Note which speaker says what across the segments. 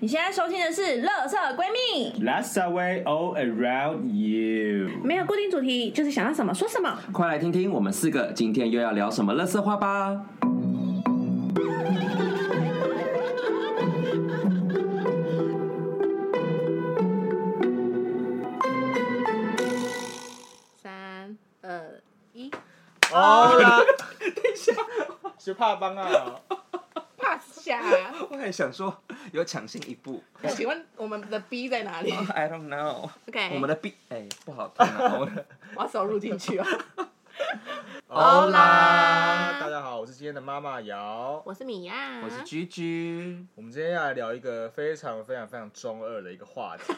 Speaker 1: 你现在收听的是《乐色闺蜜》，
Speaker 2: Let's away all around you。
Speaker 1: 没有固定主题，就是想要什么说什么。
Speaker 3: 快来听听我们四个今天又要聊什么乐色话吧！
Speaker 1: 三二一，
Speaker 4: 哦啦，等一下，是怕帮啊！
Speaker 1: 趴下。
Speaker 3: 我还想说有抢先一 步
Speaker 1: 请问我们的 B 在哪里
Speaker 3: ，I don't know。
Speaker 1: ？OK，
Speaker 3: 我们的 B 哎、不好 看啊！我们的
Speaker 1: 我要手入进去哦。
Speaker 4: 哦
Speaker 1: 啦
Speaker 4: 大家好，我是今天的妈妈瑶。
Speaker 1: 我是米娅，
Speaker 3: 我是 G G，
Speaker 4: 我们今天要来聊一个非常非常非常中二的一个话题，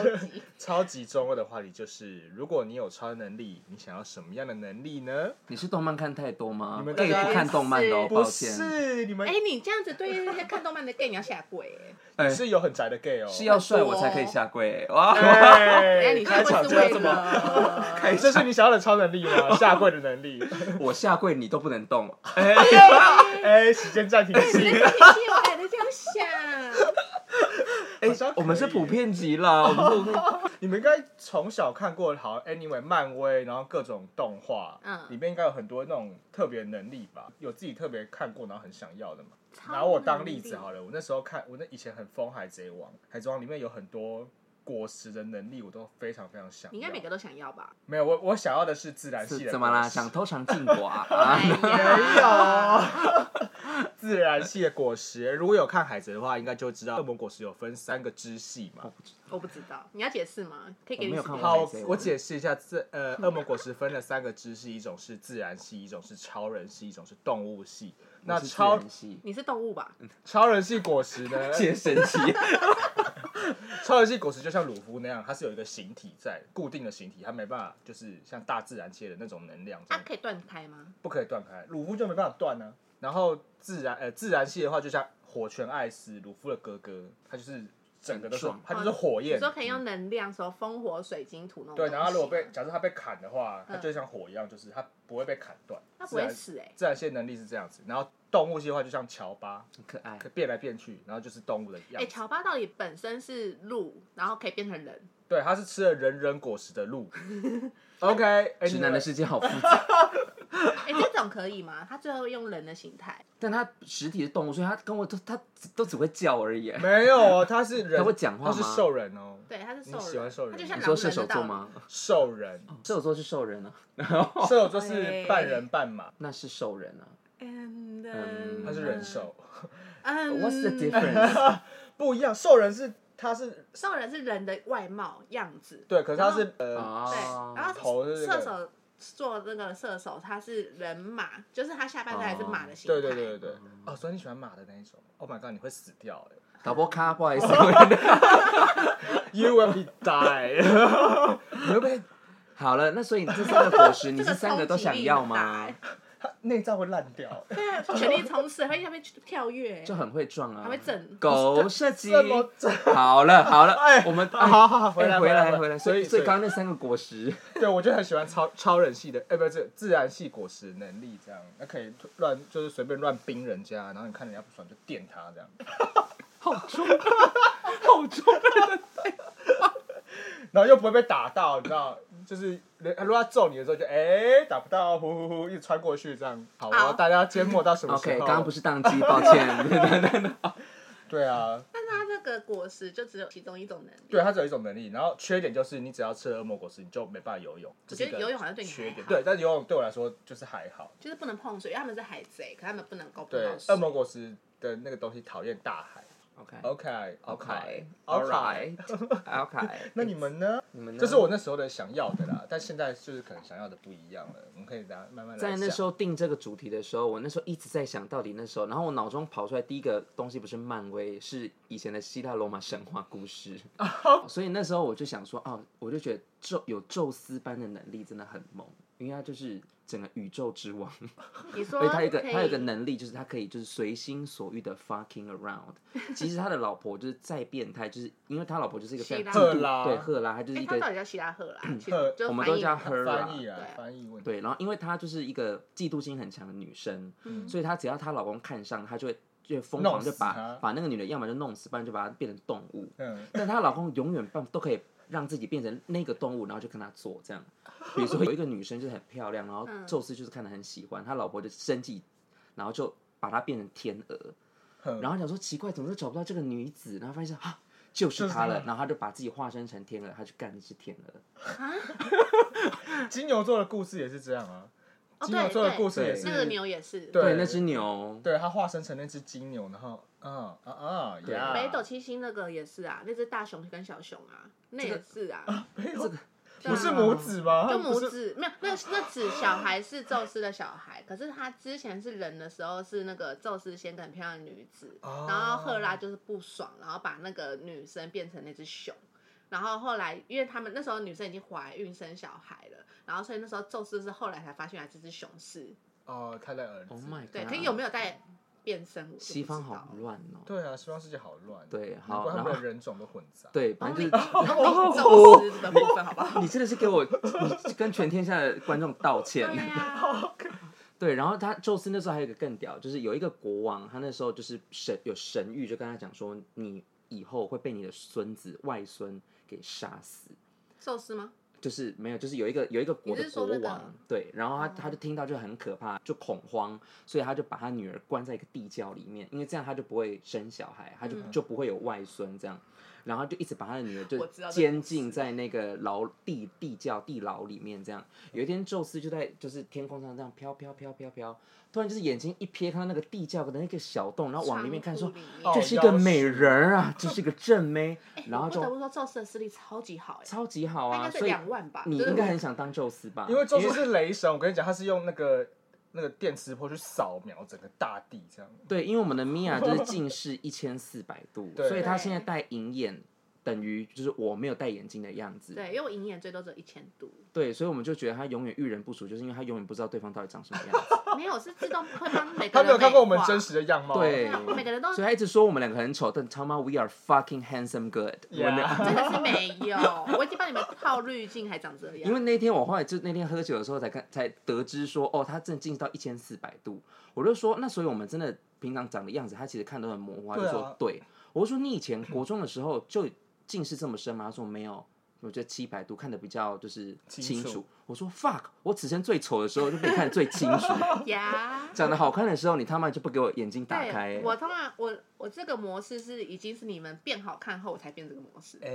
Speaker 1: 级。
Speaker 4: 超级中二的话题就是，如果你有超能力，你想要什么样的能力呢？
Speaker 3: 你是动漫看太多吗？
Speaker 4: 你们
Speaker 3: gay
Speaker 4: 大家
Speaker 3: 不看动漫的、哦，
Speaker 4: 不
Speaker 3: 抱歉。
Speaker 4: 是，你们
Speaker 1: 哎、你这样子对那些看动漫的 gay 你要下跪哎、
Speaker 3: 哎
Speaker 4: 是有很宅的 gay 哦。
Speaker 3: 是要帅我才可以下跪、哇！
Speaker 4: 哎
Speaker 1: 哎、你下
Speaker 4: 开场
Speaker 1: 跪是
Speaker 4: 就
Speaker 1: 为
Speaker 4: 要这 么，
Speaker 1: 了
Speaker 3: 开
Speaker 4: 这是你想要的超能力 吗？下跪的能力。
Speaker 3: 哎我下跪你都不能动，
Speaker 4: 哎，时间暂停 器。
Speaker 1: 谢我还在这样想。
Speaker 3: 哎、
Speaker 4: 好像可以
Speaker 3: 我们是普遍级啦，我们是
Speaker 4: 你们应该从小看过，好像 anyway 漫威，然后各种动画，
Speaker 1: 嗯
Speaker 4: 里面应该有很多那种特别能力吧？有自己特别看过，然后很想要的嘛。
Speaker 1: 超
Speaker 4: 拿我当
Speaker 1: 能
Speaker 4: 例子好了，我那时候看，我那以前很疯《海贼王》，《海贼王》里面有很多果实的能力，我都非常非常想要。
Speaker 1: 你应该每个都想要吧？
Speaker 4: 没有我，我想要的是自然系
Speaker 3: 是
Speaker 4: 的。
Speaker 3: 怎么 啦？想？偷尝禁果啊？啊
Speaker 1: 哎
Speaker 4: 没有，啊 自然系的果实。如果有看海贼的话，应该就知道恶魔果实有分三个支系嘛。
Speaker 1: 我不知道，你要解释吗？可以给
Speaker 3: 我
Speaker 1: 你
Speaker 3: 没有
Speaker 1: 时
Speaker 3: 看
Speaker 1: 间
Speaker 3: 过
Speaker 4: 好
Speaker 3: 海贼，王
Speaker 4: 我解释一下，自呃，恶魔果实分了三个支系，一种是自然系，一种是超人系，一种是动物系。 那
Speaker 3: 我是自
Speaker 4: 超
Speaker 3: 然系
Speaker 1: 你是动物吧？
Speaker 4: 超人系果实呢？
Speaker 3: 健身系，
Speaker 4: 超人系果实就像鲁夫那样，它是有一个形体在，固定的形体，它没办法就是像大自然界的那种能量这
Speaker 1: 啊
Speaker 4: 样，，
Speaker 1: 可以断开吗？
Speaker 4: 不可以断开。鲁夫就没办法断呢、然后自然呃自然系的话，就像火拳艾斯，鲁夫的哥哥，他就是整个都是
Speaker 3: 很壮
Speaker 4: 他就是火
Speaker 1: 你
Speaker 4: 焰。
Speaker 1: 说可以用能量，说风火水晶土那种东
Speaker 4: 嗯对，
Speaker 1: 西。
Speaker 4: 然后如果被假设他被砍的话，他
Speaker 1: 嗯
Speaker 4: 就像火一样，就是他不会被砍断。
Speaker 1: 他不
Speaker 4: 自然
Speaker 1: 会死哎、
Speaker 4: 自然系的能力是这样子，然后动物系的话就像乔巴，
Speaker 3: 很可 爱
Speaker 4: 可。变来变去，然后就是动物的
Speaker 1: 哎、
Speaker 4: 样子。
Speaker 1: 乔巴到底本身是鹿，然后可以变成人，
Speaker 4: 对，它是吃了人人果实的 鹿。OK，哎
Speaker 3: 直男的世界好复杂，
Speaker 1: 哎、这种可以吗？他最后用人的形态，
Speaker 3: 但他实体是动物，所以他跟我都他都只会叫而已。
Speaker 4: 没有哦，它是人，
Speaker 3: 它会讲话吗
Speaker 4: 它是兽人哦，
Speaker 1: 对，他是兽
Speaker 4: 你喜欢兽人
Speaker 1: 他就像
Speaker 3: 你
Speaker 1: 狼
Speaker 3: 说
Speaker 1: 人
Speaker 3: 射
Speaker 1: 的
Speaker 3: 手座
Speaker 1: 道理？
Speaker 3: 吗？
Speaker 4: 兽人，
Speaker 3: 射手座是兽人啊，
Speaker 4: 射手座是半人半马，
Speaker 3: 那是兽人啊。
Speaker 1: 嗯，
Speaker 3: 嗯
Speaker 4: Um，它是人兽，
Speaker 1: 嗯
Speaker 3: What's the difference？
Speaker 4: 不一样。兽人是它是
Speaker 1: 兽人是人的外貌样子，
Speaker 4: 对，可是它是呃，
Speaker 1: 对，然
Speaker 3: 啊，
Speaker 4: 头
Speaker 1: 后射
Speaker 4: 是这
Speaker 1: 射
Speaker 4: 个
Speaker 1: 手座那个射手，他是人马，就是他下半身还是马的形态。
Speaker 4: 啊对对对对对。哦，所以你喜欢马的那一种？Oh my god，你会死掉哎
Speaker 3: 导播咖，不好意思，
Speaker 4: ！You will be die，你 会被
Speaker 3: 好了，那所以这三个果实，你
Speaker 1: 这
Speaker 3: 是
Speaker 1: 个
Speaker 3: 三个都想要吗
Speaker 1: 冲击力很？
Speaker 4: 它内脏会烂掉。
Speaker 3: 哎
Speaker 1: 对啊，全力冲刺，会在那边跳 跃，
Speaker 3: 就很会撞啊，
Speaker 1: 还会整
Speaker 3: 狗射击。
Speaker 4: 这么这
Speaker 3: 好了好了，
Speaker 4: 哎
Speaker 3: 我们
Speaker 4: 啊 好好好
Speaker 3: 哎
Speaker 4: 回来
Speaker 3: 回
Speaker 4: 回
Speaker 3: 来
Speaker 4: 来
Speaker 3: 回来，所
Speaker 4: 所
Speaker 3: 以
Speaker 4: 以
Speaker 3: 所以
Speaker 4: 所以
Speaker 3: 刚刚那三个果实，
Speaker 4: 对，我就很喜欢超超人系的，哎、不是自然系果实能力这样，那可以乱就是随便乱冰人家，然后你看人家不爽就电他这样。
Speaker 3: 好重，好重。
Speaker 4: 然后又不会被打到，你知道，就是人如果他揍你的时候就，哎打不到，呼呼呼，一直穿过去这样。好，
Speaker 1: 好
Speaker 4: 啊，大家缄默到什么时候
Speaker 3: OK，刚刚不是宕机，抱歉。
Speaker 4: 对啊，
Speaker 1: 但是他这个果实就只有其中一种能力。
Speaker 4: 对，它只有一种能力，然后缺点就是你只要吃了恶魔果实，你就没办法游泳。
Speaker 1: 我
Speaker 4: 这
Speaker 1: 觉
Speaker 4: 是
Speaker 1: 得
Speaker 4: 一个
Speaker 1: 游泳好像对你还
Speaker 4: 缺点，
Speaker 1: 好
Speaker 4: 对，但游泳对我来说就是还好。
Speaker 1: 就是不能碰水，因为他们是海贼，可他们不能够碰
Speaker 4: 对
Speaker 1: 到，水。
Speaker 4: 恶魔果实的那个东西讨厌大海。
Speaker 3: OK
Speaker 4: OK，OK，OK
Speaker 3: OK All right OK，
Speaker 4: 那你们呢？
Speaker 3: 你们呢
Speaker 4: 这是我那时候的想要的啦，但现在就是可能想要的不一样了。我们可以大家慢慢来
Speaker 3: 在那时
Speaker 4: 候，
Speaker 3: 候定这个主题的时候，我那时候一直在想到底那时候，然后我脑中跑出来第一个东西不是漫威，是以前的希腊罗马神话故事，
Speaker 1: 哦
Speaker 3: 所以那时候我就想说，哦，我就觉得宙有宙斯般的能力真的很猛，因为他就是整个宇宙之王，
Speaker 1: 你说
Speaker 3: 所以他有一个
Speaker 1: 哦可以
Speaker 3: 他有一个能力就是他可以就是随心所欲的 fucking around，即使他的老婆就是再变态，就是因为他老婆就是一个非常
Speaker 1: 希腊
Speaker 3: 嫉妒
Speaker 4: 赫拉
Speaker 3: 对赫拉，他就是
Speaker 1: 哎，
Speaker 3: 一
Speaker 1: 他
Speaker 3: 个
Speaker 1: 到底叫希 拉赫啦？其
Speaker 4: 赫
Speaker 1: 实就
Speaker 3: 我们都
Speaker 1: 翻译
Speaker 3: 叫
Speaker 1: 不
Speaker 3: her 啦
Speaker 4: 翻译啊
Speaker 1: 对，
Speaker 4: 翻译问题。嗯
Speaker 3: 对，然后因为她就是一个嫉妒心很强的女生，所以她只要她老公看上她，就会就疯狂
Speaker 4: 弄死
Speaker 3: 就把
Speaker 4: 她
Speaker 3: 把那个女的，要么就弄死，不然就把她变成动物。
Speaker 4: 嗯，
Speaker 3: 但她老公永远办都可以让自己变成那个动物，然后就跟她做这样。比如说有一个女生就是很漂亮，然后
Speaker 1: 嗯
Speaker 3: 宙斯就是看得很喜欢，他老婆就生气，然后就把她变成天鹅。
Speaker 4: 嗯
Speaker 3: 然后想说奇怪，怎么都找不到这个女子，然后发现啊，就是
Speaker 4: 就是
Speaker 3: 她
Speaker 4: 她
Speaker 3: 了，然后他就把自己化身成天鹅，他去干一只天鹅。
Speaker 4: 嗯金牛座的故事也是这样啊，
Speaker 1: 哦
Speaker 4: 金牛座的故事
Speaker 3: 对
Speaker 4: 也
Speaker 3: 对
Speaker 4: 是
Speaker 1: 那个牛也是，
Speaker 4: 对
Speaker 3: 那只牛，
Speaker 4: 对他化身成那只金牛，然后啊啊啊，
Speaker 3: 对
Speaker 4: 呀
Speaker 1: 北斗七星那个也是啊，那只大熊跟小熊啊，那也是啊，这
Speaker 4: 不是母子吗？
Speaker 1: 就
Speaker 4: 他们不
Speaker 1: 母
Speaker 4: 是，
Speaker 1: 子没有，那那指小孩是宙斯的小孩，可是他之前是人的时候是那个宙斯先跟漂亮女子，
Speaker 4: 哦
Speaker 1: 然后赫拉就是不爽，然后把那个女生变成那只熊，然后后来因为他们那时候女生已经怀孕生小孩了，然后所以那时候宙斯是后来才发现来这只熊是，
Speaker 4: 哦，他的儿子
Speaker 3: Oh my god！
Speaker 1: 对，可有没有在变身我就不知道
Speaker 3: 西方好乱哦。
Speaker 4: 对啊，西方世界好乱，，
Speaker 3: 对，
Speaker 4: 难
Speaker 3: 好，
Speaker 4: 怪他
Speaker 3: 然
Speaker 4: 们
Speaker 3: 后
Speaker 4: 的人种都混杂。
Speaker 3: 对，反正就
Speaker 1: Oh
Speaker 3: 是
Speaker 1: 哦
Speaker 4: 哦
Speaker 1: 宙斯的部分好不好？
Speaker 3: 你真的是给我你跟全天下的观众道歉。
Speaker 1: 对
Speaker 3: 啊
Speaker 1: 呀，
Speaker 3: 对，然后他宙斯那时候还有一个更屌，就是有一个国王，他那时候就是神有神谕，就跟他讲说，你以后会被你的孙子外孙给杀死。
Speaker 1: 宙斯吗？
Speaker 3: 就是没有，就是有一个有一个国
Speaker 1: 你
Speaker 3: 的
Speaker 1: 是
Speaker 3: 国
Speaker 1: 说
Speaker 3: 王，
Speaker 1: 那个哦
Speaker 3: 对，然后他他就听到就很可怕，就恐慌，所以他就把他女儿关在一个地窖里面，因为这样他就不会生小孩，他就、就不会有外孙这样，然后他就一直把他的女儿就
Speaker 1: 嗯我知道这个
Speaker 3: 监
Speaker 1: 故事
Speaker 3: 禁在那个牢地地窖地牢里面这样。有一天，宙斯就在就是天空上这样飘飘飘飘飘，突然就是眼睛一瞥，看到那个地窖的那个小洞，然后往里面看说，
Speaker 1: 仓库里面
Speaker 4: 哦
Speaker 3: 这是一个美
Speaker 4: 要死
Speaker 3: 人儿啊，这是一个正妹，然后
Speaker 1: 我不得
Speaker 3: 就
Speaker 1: 不说，宙斯的实力超级好哎，
Speaker 3: 超级好
Speaker 1: 他应
Speaker 3: 啊，
Speaker 1: 该是
Speaker 3: 所以。
Speaker 1: 两万吧？
Speaker 3: 你
Speaker 1: 就是
Speaker 3: 应该很想当宙斯吧？
Speaker 4: 因为宙斯是雷神，我跟你讲，他是用那个那个电磁波去扫描整个大地，这样
Speaker 3: 对，因为我们的米娅就是近视一千四百度，
Speaker 4: 对
Speaker 3: 所以她现在戴银眼，等于就是我没有戴眼镜的样子。
Speaker 1: 对，因为我银眼最多只有一千度，
Speaker 3: 对，所以我们就觉得她永远遇人不淑，就是因为她永远不知道对方到底长什么样 子。
Speaker 1: 没有是自动会帮每个人
Speaker 4: 他没有看过我们
Speaker 1: 美化
Speaker 4: 真实的样貌，
Speaker 3: 对
Speaker 1: 对，每个人都
Speaker 3: 所以她一直说我们两个很丑，但他妈 we are fucking handsome good。我们
Speaker 4: Yeah
Speaker 1: 真的是没有，我已经帮你们套滤镜，还长这样。
Speaker 3: 因为那天我后来就那天喝酒的时候才看才得知说，哦，她真的近到一千四百度。我就说，那所以我们真的平常长的样子，她其实看都很模糊。她就
Speaker 4: 对啊
Speaker 3: 说，对。我就说你以前国中的时候就近视这么深吗？她说没有，我觉得七百度看得比较就是
Speaker 4: 清
Speaker 3: 清
Speaker 4: 楚
Speaker 3: 楚。我说 fuck，我此生最丑的时候就被你看得最清楚，
Speaker 1: 呀，
Speaker 3: 长得好看的时候你他妈就不给我眼睛打开
Speaker 1: 对，。我通常我我这个模式是已经是你们变好看后我才变这个模式。
Speaker 3: 哎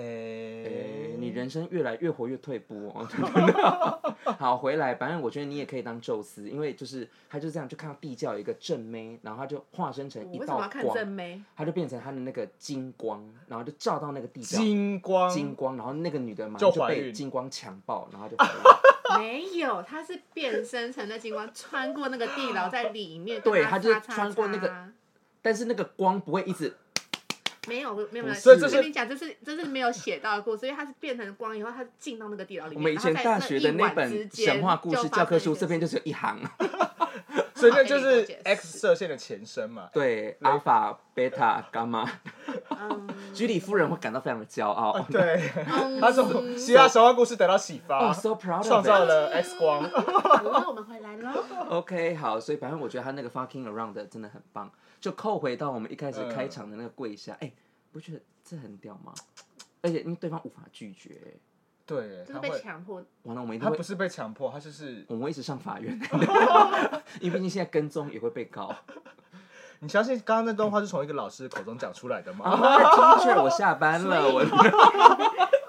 Speaker 4: 哎，
Speaker 3: 你人生越来越活越退步哦。 好，回来，反正我觉得你也可以当宙斯，因为就是他就这样，就看到地窖有一个正妹，然后他就化身成
Speaker 1: 我
Speaker 3: 一
Speaker 1: 为什么要
Speaker 3: 道
Speaker 1: 看正
Speaker 3: 光，
Speaker 1: 妹？
Speaker 3: 他就变成他的那个金光，然后就照到那个地窖，
Speaker 4: 金光
Speaker 3: 金光，然后那个女的马
Speaker 4: 就
Speaker 3: 上就
Speaker 4: 怀
Speaker 3: 被
Speaker 4: 孕
Speaker 3: 金光强暴，然后 就怀孕
Speaker 1: 没有，她是变身成那金光，穿过那个地牢，在里面。
Speaker 3: 对
Speaker 1: 她
Speaker 3: 她就是
Speaker 1: 擦擦
Speaker 3: 穿过那个
Speaker 1: 擦
Speaker 3: 但是那个光不会一直
Speaker 1: 没有没有没有，
Speaker 4: 所以这
Speaker 1: 我
Speaker 4: 是
Speaker 1: 跟你讲，这是这是没有写到的故事，因为它是变成光以后，它进到那个地牢里
Speaker 3: 我们
Speaker 1: 面。
Speaker 3: 以前大学的那本神话故事教科书这边
Speaker 1: 就
Speaker 3: 就是有一 行，
Speaker 4: 所以那就
Speaker 1: 好给
Speaker 4: 是
Speaker 1: 你多解释
Speaker 4: X 射线的前身嘛。
Speaker 3: 对，阿法、贝塔、伽马，
Speaker 1: 嗯
Speaker 3: 居里夫人会感到非常的骄傲。
Speaker 4: 对，
Speaker 1: 嗯
Speaker 4: 他从希腊神话故事得到启发，
Speaker 3: 哦，so proud of
Speaker 4: 创
Speaker 3: it
Speaker 4: 造了 X 光。
Speaker 1: 好
Speaker 3: 哦
Speaker 1: 了，我们回来喽。
Speaker 3: OK，好，所以反正我觉得他那个 fucking around 的真的很棒。就扣回到我们一开
Speaker 4: 嗯
Speaker 3: 始开场的那个跪下，哎、不觉得这很屌吗？而且因为对方无法拒绝、
Speaker 4: 对，
Speaker 1: 就是
Speaker 4: 他
Speaker 1: 被
Speaker 4: 会，
Speaker 1: 强迫，
Speaker 3: 完了我们一定
Speaker 4: 他
Speaker 3: 会
Speaker 4: 不，是被强迫，他就是
Speaker 3: 我们会一直上法 院，因为毕竟现在跟踪也会被告。
Speaker 4: 你相信刚刚那段话是从一个老师口中讲出来的
Speaker 3: 啊
Speaker 4: 吗？
Speaker 3: Teacher，我下班了，我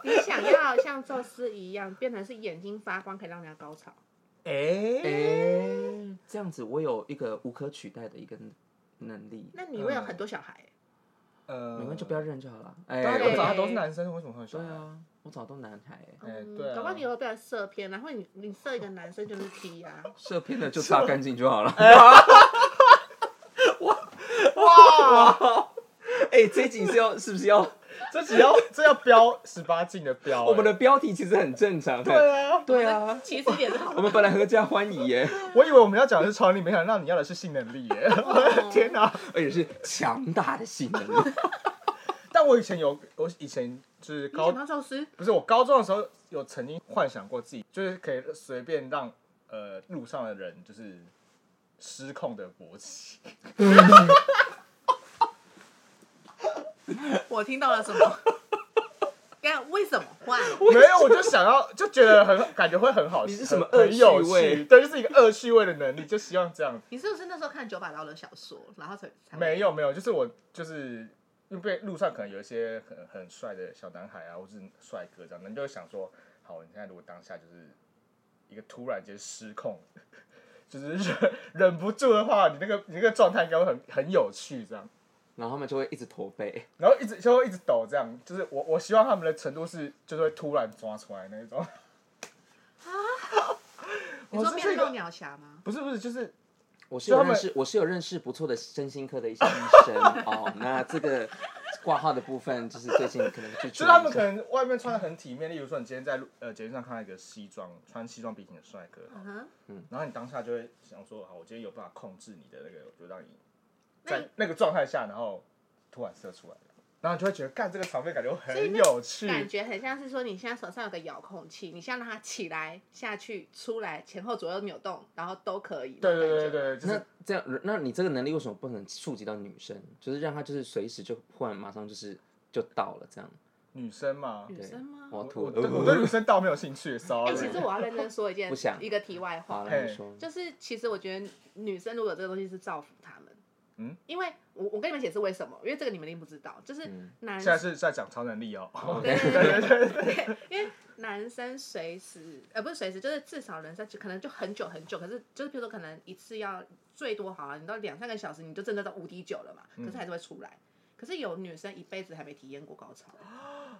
Speaker 1: 你想要像宙斯一样变成是眼睛发光，可以让人家高潮。
Speaker 3: 哎、
Speaker 4: 哎，
Speaker 3: 这样子我有一个无可取代的一个能力，
Speaker 1: 那你会有很多小孩，
Speaker 3: 哎
Speaker 4: 呃，
Speaker 3: 没关系，就不要认就好了。哎、
Speaker 4: 对啊。我
Speaker 1: 对
Speaker 4: 找他都是男生，为什么会有小
Speaker 3: 对
Speaker 4: 孩？
Speaker 3: 啊，我找到男孩、哎
Speaker 4: 哎
Speaker 1: 嗯
Speaker 4: 对啊
Speaker 1: 搞不好你有被他射偏，然后你你射一个男生就是踢啊。
Speaker 3: 射偏了就擦干净就好 了。
Speaker 4: 哇，
Speaker 3: 哎、这一集是要是不是要？
Speaker 4: 这只要这要标十八禁的标，哎
Speaker 3: 我们的标题其实很正常。
Speaker 4: 对啊，
Speaker 3: 对啊，
Speaker 1: 其实也是好
Speaker 3: 我们本来合家欢宜耶，
Speaker 4: 我以为我们要讲的是超能力，没想到你要的是性能力耶！我
Speaker 3: 哦
Speaker 4: 的 天哪、
Speaker 3: 而且是强大的性能力。
Speaker 4: 但我以前有，我以前就是
Speaker 1: 你
Speaker 4: 高
Speaker 1: 想，到宙斯，
Speaker 4: 不是我高中的时候有曾经幻想过自己，就是可以随便让呃 路上的人就是失控的勃起。
Speaker 1: 我听到了什么？ 该为什么换？
Speaker 4: 没有，我就想要，就觉得很感觉会很好，
Speaker 3: 你是什么
Speaker 4: 很
Speaker 3: 恶
Speaker 4: 很
Speaker 3: 趣
Speaker 4: 有
Speaker 3: 味
Speaker 4: 趣？对，就是一个恶趣味的能力，就希望这样。
Speaker 1: 你是不是那时候看九把刀的小说，然后才才
Speaker 4: 没有没有，就是我就是因为被路上可能有一些很很帅的小男孩啊，或是帅哥这样，那你就会想说，好，你现在如果当下就是一个突然间失控，就是 忍忍不住的话，你那个你那个状态应该会很很有趣这样。
Speaker 3: 然后他们就会一直驼背，
Speaker 4: 然后一直就会一直抖，这样就是我我希望他们的程度是就是会突然抓出来那一种。
Speaker 1: 啊 你
Speaker 4: 我
Speaker 1: 说
Speaker 4: 是这
Speaker 1: 变
Speaker 4: 个
Speaker 1: 肉鸟侠吗？
Speaker 4: 不是不是，就是
Speaker 3: 我是
Speaker 4: 所以
Speaker 3: 有
Speaker 4: 他们
Speaker 3: 认识，我是有认识不错的身心科的一些医生哦。那这个挂号的部分，就是最近可能去
Speaker 4: 就是
Speaker 3: 处
Speaker 4: 他
Speaker 3: 理一
Speaker 4: 们可
Speaker 3: 下。
Speaker 4: 能外面穿的很体面，例如说你今天在路呃捷运上看到一个西装穿西装笔挺的帅哥，好
Speaker 1: 嗯哼，
Speaker 4: 然后你当下就会想说，好，我今天有办法控制你的那个，就让你
Speaker 1: 那
Speaker 4: 在那个状态下，然后突然射出来，然后你就会觉得干这个场面感觉
Speaker 1: 所以
Speaker 4: 很
Speaker 1: 那
Speaker 4: 有趣，
Speaker 1: 感觉很像是说你现在手上有个遥控器，你现在让它起来、下去、出来、前后左右扭动，然后都可以。
Speaker 4: 对对对对，对，就是
Speaker 3: 那这样，那你这个能力为什么不能触及到女生？就是让她就是随时就忽然马上就是就到了这样。
Speaker 4: 女生嘛，
Speaker 1: 女生吗？
Speaker 3: 我要
Speaker 4: 我
Speaker 3: 吐
Speaker 4: 对我对
Speaker 3: 了。
Speaker 4: 女生倒没有兴趣
Speaker 1: 哎、
Speaker 4: ，sorry。
Speaker 1: 其实我要认真说一件
Speaker 3: 不想
Speaker 1: 一个题外话
Speaker 3: 好，
Speaker 4: 嘿
Speaker 3: 了，你说。
Speaker 1: 就是其实我觉得女生如果有这个东西是造福他们，
Speaker 4: 嗯，
Speaker 1: 因为我我跟你们解释为什么，因为这个你们一定不知道，就是
Speaker 3: 嗯
Speaker 1: 男
Speaker 4: 现在
Speaker 1: 生、
Speaker 4: 是在讲超能力哦，
Speaker 1: 对
Speaker 3: OK，
Speaker 1: 对对对对，因为男生随时呃不是随时，就是至少人生就可能就很久很久，可是就是比如说可能一次要最多好了，啊你到两三个小时你就真的到无敌久了嘛，
Speaker 3: 嗯
Speaker 1: 可是还是会出来。可是有女生一辈子还没体验过高潮，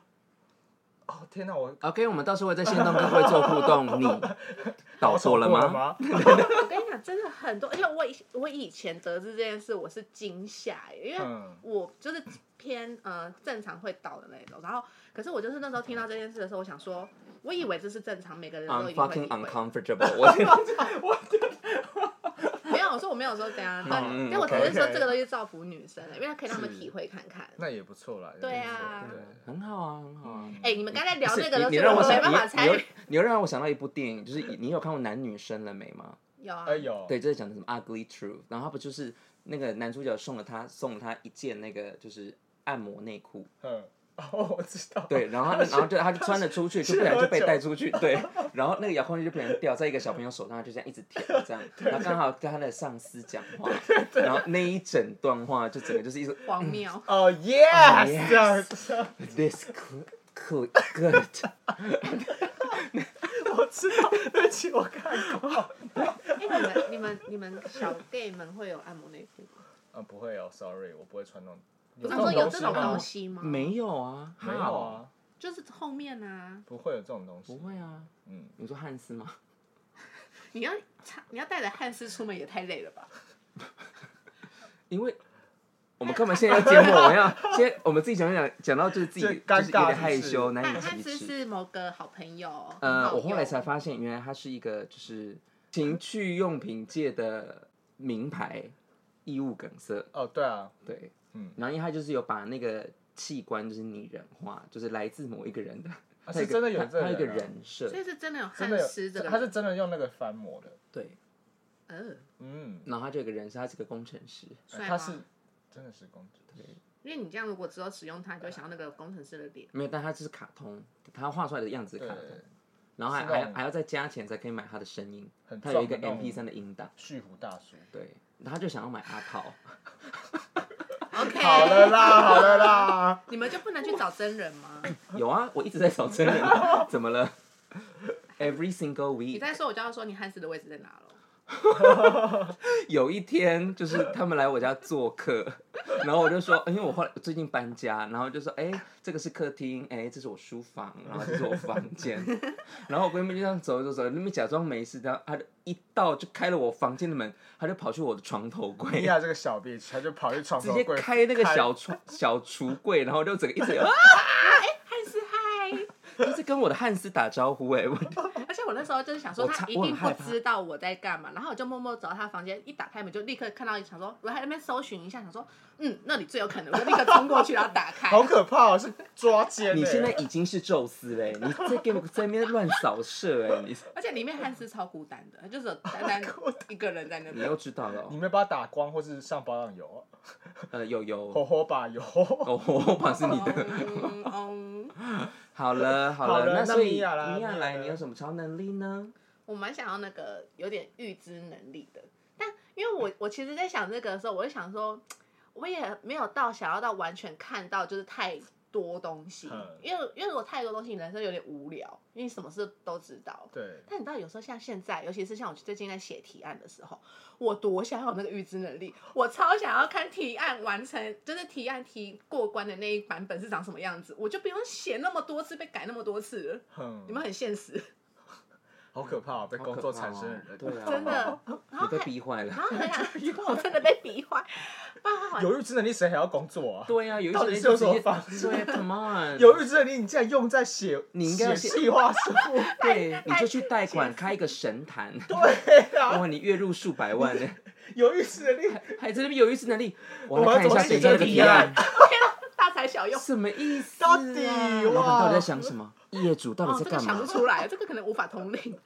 Speaker 4: 哦天哪，我
Speaker 3: OK，我们到时候会在线动跟会做互动。你搞 错了
Speaker 4: 我
Speaker 3: 吗？
Speaker 4: 吗？
Speaker 1: 我跟你讲，真的很多，而且我以我以前得知这件事，我是惊吓耶，因为
Speaker 4: 嗯
Speaker 1: 我就是偏呃正常会倒的那一种，然后可是我就是那时候听到这件事的时候，我想说，我以为这是正常，每个人都
Speaker 3: I'm
Speaker 1: 一定会
Speaker 3: fucking
Speaker 1: 体会。
Speaker 3: uncomfortable 我。
Speaker 1: 没有，我说我没有说怎样，
Speaker 3: 嗯
Speaker 1: 对，
Speaker 3: 嗯
Speaker 1: 但我只是说
Speaker 4: OK
Speaker 1: 这个东西造福女生的，因为它可以让她们
Speaker 3: 是
Speaker 1: 体会看看。
Speaker 4: 那也不错啦。
Speaker 1: 对啊
Speaker 4: 对嗯
Speaker 3: 很好啊，很好啊。
Speaker 1: 哎，你们刚才聊那个
Speaker 3: 你
Speaker 1: 东
Speaker 3: 你
Speaker 1: 西，
Speaker 3: 让我
Speaker 1: 没
Speaker 3: 想，
Speaker 1: 办法
Speaker 3: 你
Speaker 1: 参
Speaker 3: 你又
Speaker 1: 与。
Speaker 3: 你又让我想到一部电影，就是你有看过《男女生了没》吗？
Speaker 1: 有啊
Speaker 4: 哎，呦，
Speaker 3: 对，就是讲的什么 Ugly Truth，然后他不就是那个男主角送了他送了他一件那个就是按摩内裤，
Speaker 4: 嗯，哦，我知道，
Speaker 3: 对，然后他然后就他就穿了出去，就不小心
Speaker 4: 是
Speaker 3: 就被
Speaker 4: 喝酒
Speaker 3: 带出去， 对，然后那个遥控器就不小心掉在一个小朋友手上，他就这样一直舔这样，然后刚好跟他的上司讲话，然后那一整段话就整个就是一直
Speaker 1: 荒谬。
Speaker 4: 哦，yes，
Speaker 3: yes
Speaker 4: 这样子，
Speaker 3: this cool good，
Speaker 4: 我知道，对不起，我看过。
Speaker 1: 哎，你们你们你们小 gay 们会有按摩内裤吗？
Speaker 4: 啊，不会哦，sorry，我不会穿那种。
Speaker 1: 我
Speaker 4: 有
Speaker 1: 想说有这种
Speaker 4: 吗
Speaker 1: 东？西吗？，
Speaker 3: 没有啊，
Speaker 4: 没有，啊，
Speaker 1: 就是后面啊。
Speaker 4: 不会有这种东
Speaker 3: 不
Speaker 4: 西。
Speaker 3: 会啊，
Speaker 4: 嗯，
Speaker 3: 你说汉斯吗？
Speaker 1: 你要擦你要带着汗丝出门也太累了吧？
Speaker 3: 因为我们根本现在要节目，我们要 先我们自己讲讲讲到就是自己
Speaker 4: 这尴尬
Speaker 3: 就是有点害
Speaker 4: 是不
Speaker 3: 羞，
Speaker 4: 是
Speaker 3: 难以
Speaker 1: 汗
Speaker 3: 启
Speaker 1: 汗丝
Speaker 3: 齿。
Speaker 1: 是某个好朋友，很
Speaker 3: 呃，
Speaker 1: 好
Speaker 3: 我后来
Speaker 1: 用
Speaker 3: 才发现，原来它是一个就是情趣用品界的名牌异物梗塞，
Speaker 4: 哦，对啊，
Speaker 3: 对，
Speaker 4: 嗯
Speaker 3: 然后因为它就是有把那个器官就是拟人化，就是来自某一个人的，
Speaker 4: 啊
Speaker 3: 它有
Speaker 4: 是
Speaker 3: 一个
Speaker 4: 真的有
Speaker 3: 它
Speaker 4: 这个
Speaker 3: 它有一个
Speaker 4: 人啊
Speaker 3: 人设
Speaker 1: 所，以是真的有
Speaker 4: 真
Speaker 1: 汗
Speaker 4: 的
Speaker 1: 丝这
Speaker 4: 有，
Speaker 1: 个，
Speaker 4: 他是真的用那个翻模的。
Speaker 3: 对，
Speaker 1: 呃，
Speaker 4: 嗯，
Speaker 3: 然后它就有一个人设，他是个工程师，
Speaker 1: 帅
Speaker 4: 他
Speaker 1: 吗？
Speaker 4: 是真的是公主。
Speaker 1: 因为你这样如果之后使用它，你就会想到那个工程师的脸。
Speaker 3: 没有，但他就是卡通，他画出来的样子是
Speaker 4: 对
Speaker 3: 卡，通，然后还
Speaker 4: 是那
Speaker 3: 还
Speaker 4: 种
Speaker 3: 要还要再加钱才可以买他的声音
Speaker 4: 很，
Speaker 3: 他有一个
Speaker 4: 壮的那种
Speaker 3: MP 3的音档，
Speaker 4: 蓄胡大叔。
Speaker 3: 对，他就想要买阿桃。
Speaker 1: OK，
Speaker 4: 好了啦，好了啦。
Speaker 1: 你们就不能去找真人吗？
Speaker 3: 有啊，我一直在找真人啊，怎么了？Every single
Speaker 1: 你
Speaker 3: week，
Speaker 1: 再说我就要说你汉斯的位置在哪 了。
Speaker 3: 有一天就是他们来我家做客，然后我就说，因为我后来最近搬家，然后就说，哎、这个是客厅，哎、这是我书房，然后这是我房间，然后我闺蜜就这样走走走，那边假装没事，然后她就一到就开了我房间的门，她就跑去我的床头
Speaker 4: 米
Speaker 3: 柜。
Speaker 4: 娅这个小 bitch，他就跑去床
Speaker 3: 直
Speaker 4: 头
Speaker 3: 接
Speaker 4: 柜
Speaker 3: 开那个小 床小橱柜，然后就整个一直啊，
Speaker 1: 汉斯嗨，
Speaker 3: 就是跟我的汉斯打招呼哎、我
Speaker 1: 而且且我那时候就是想说，
Speaker 3: 我差
Speaker 1: 他一
Speaker 3: 我很
Speaker 1: 定不
Speaker 3: 害怕
Speaker 1: 知道我在干嘛，然后我就默默走到他房间，一打开门就立刻看到，想说我还在那边搜寻一下，想说，嗯，那里最有可能，我就立刻冲过去，然后打开。
Speaker 4: 好可怕哦，是抓奸欸。
Speaker 3: 你现在已经是宙斯嘞，你在给我在那边乱扫射哎，你
Speaker 1: 而且里面汉斯超孤单的，他就是有 单单一个人在那
Speaker 3: 你又
Speaker 1: 边。
Speaker 3: 知道了
Speaker 4: 你
Speaker 3: 哦，
Speaker 4: 没有把它打光，或是上保养油，
Speaker 3: 呃，有有
Speaker 4: 吼吼吧油。
Speaker 3: 哦，我怕是你的。
Speaker 1: 嗯嗯，
Speaker 3: 好了好
Speaker 4: 好
Speaker 3: 了，
Speaker 4: 了
Speaker 3: 那
Speaker 4: 那
Speaker 3: 所以
Speaker 4: 米娅啦
Speaker 3: 米娅
Speaker 4: 米娅
Speaker 3: 来，
Speaker 4: 来
Speaker 3: 你有什么超能力呢？
Speaker 1: 我蛮想要那个有点预知能力的，但因为我我其实，在想这个的时候，我就想说，我也没有到想要到完全看到就是太多东西
Speaker 4: 嗯，
Speaker 1: 因为因为如果太多东西，你人生有点无聊，因为什么事都知道。
Speaker 4: 对，
Speaker 1: 但你知道，有时候像现在，尤其是像我最近在写提案的时候，我多想要有那个预知能力，我超想要看提案完成，就是提案提过关的那一版本是长什么样子，我就不用写那么多次，被改那么多次了。
Speaker 4: 哼
Speaker 1: 你，们很现实，
Speaker 4: 好可怕哦，被工作产生的
Speaker 3: 好
Speaker 4: 人。
Speaker 3: 可怕哦对啊，
Speaker 1: 真的，。然
Speaker 3: 你
Speaker 1: 后
Speaker 3: 被
Speaker 1: 还
Speaker 3: 逼坏
Speaker 1: 然
Speaker 3: 了。
Speaker 1: 后很想，我真的被啊逼坏，
Speaker 4: 有预知能力，谁还要工作啊？
Speaker 3: 对啊，有一
Speaker 4: 到
Speaker 3: 些
Speaker 4: 底
Speaker 3: 人
Speaker 4: 是有
Speaker 3: 就
Speaker 4: 什
Speaker 3: 直
Speaker 4: 么
Speaker 3: 接
Speaker 4: 方式
Speaker 3: 对，Come 啊 on，
Speaker 4: 有预知能力，你竟然用在写
Speaker 3: 你应该要
Speaker 4: 写
Speaker 3: 写
Speaker 4: 计划 书？
Speaker 3: 对，你就去贷款开一个神坛，
Speaker 4: 对啊，
Speaker 3: 哇，你月入数百 万呢，
Speaker 4: 有预知能力，
Speaker 3: 还在那边有预知能力，我
Speaker 4: 我
Speaker 3: 来
Speaker 4: 要
Speaker 3: 看一
Speaker 4: 怎
Speaker 3: 下
Speaker 4: 么
Speaker 3: 谁
Speaker 4: 写
Speaker 3: 家
Speaker 4: 这
Speaker 3: 的
Speaker 4: 个
Speaker 3: 提
Speaker 4: 提
Speaker 3: 案
Speaker 4: 案，？
Speaker 1: 大材小用。
Speaker 3: 什么意思啊？
Speaker 4: 到底
Speaker 3: 老板到底在
Speaker 4: 哇？
Speaker 3: 想什么？业主到
Speaker 1: 哦，
Speaker 3: 底在
Speaker 1: 这个
Speaker 3: 干
Speaker 1: 想
Speaker 3: 嘛
Speaker 1: 不？出来，这个可能无法通灵。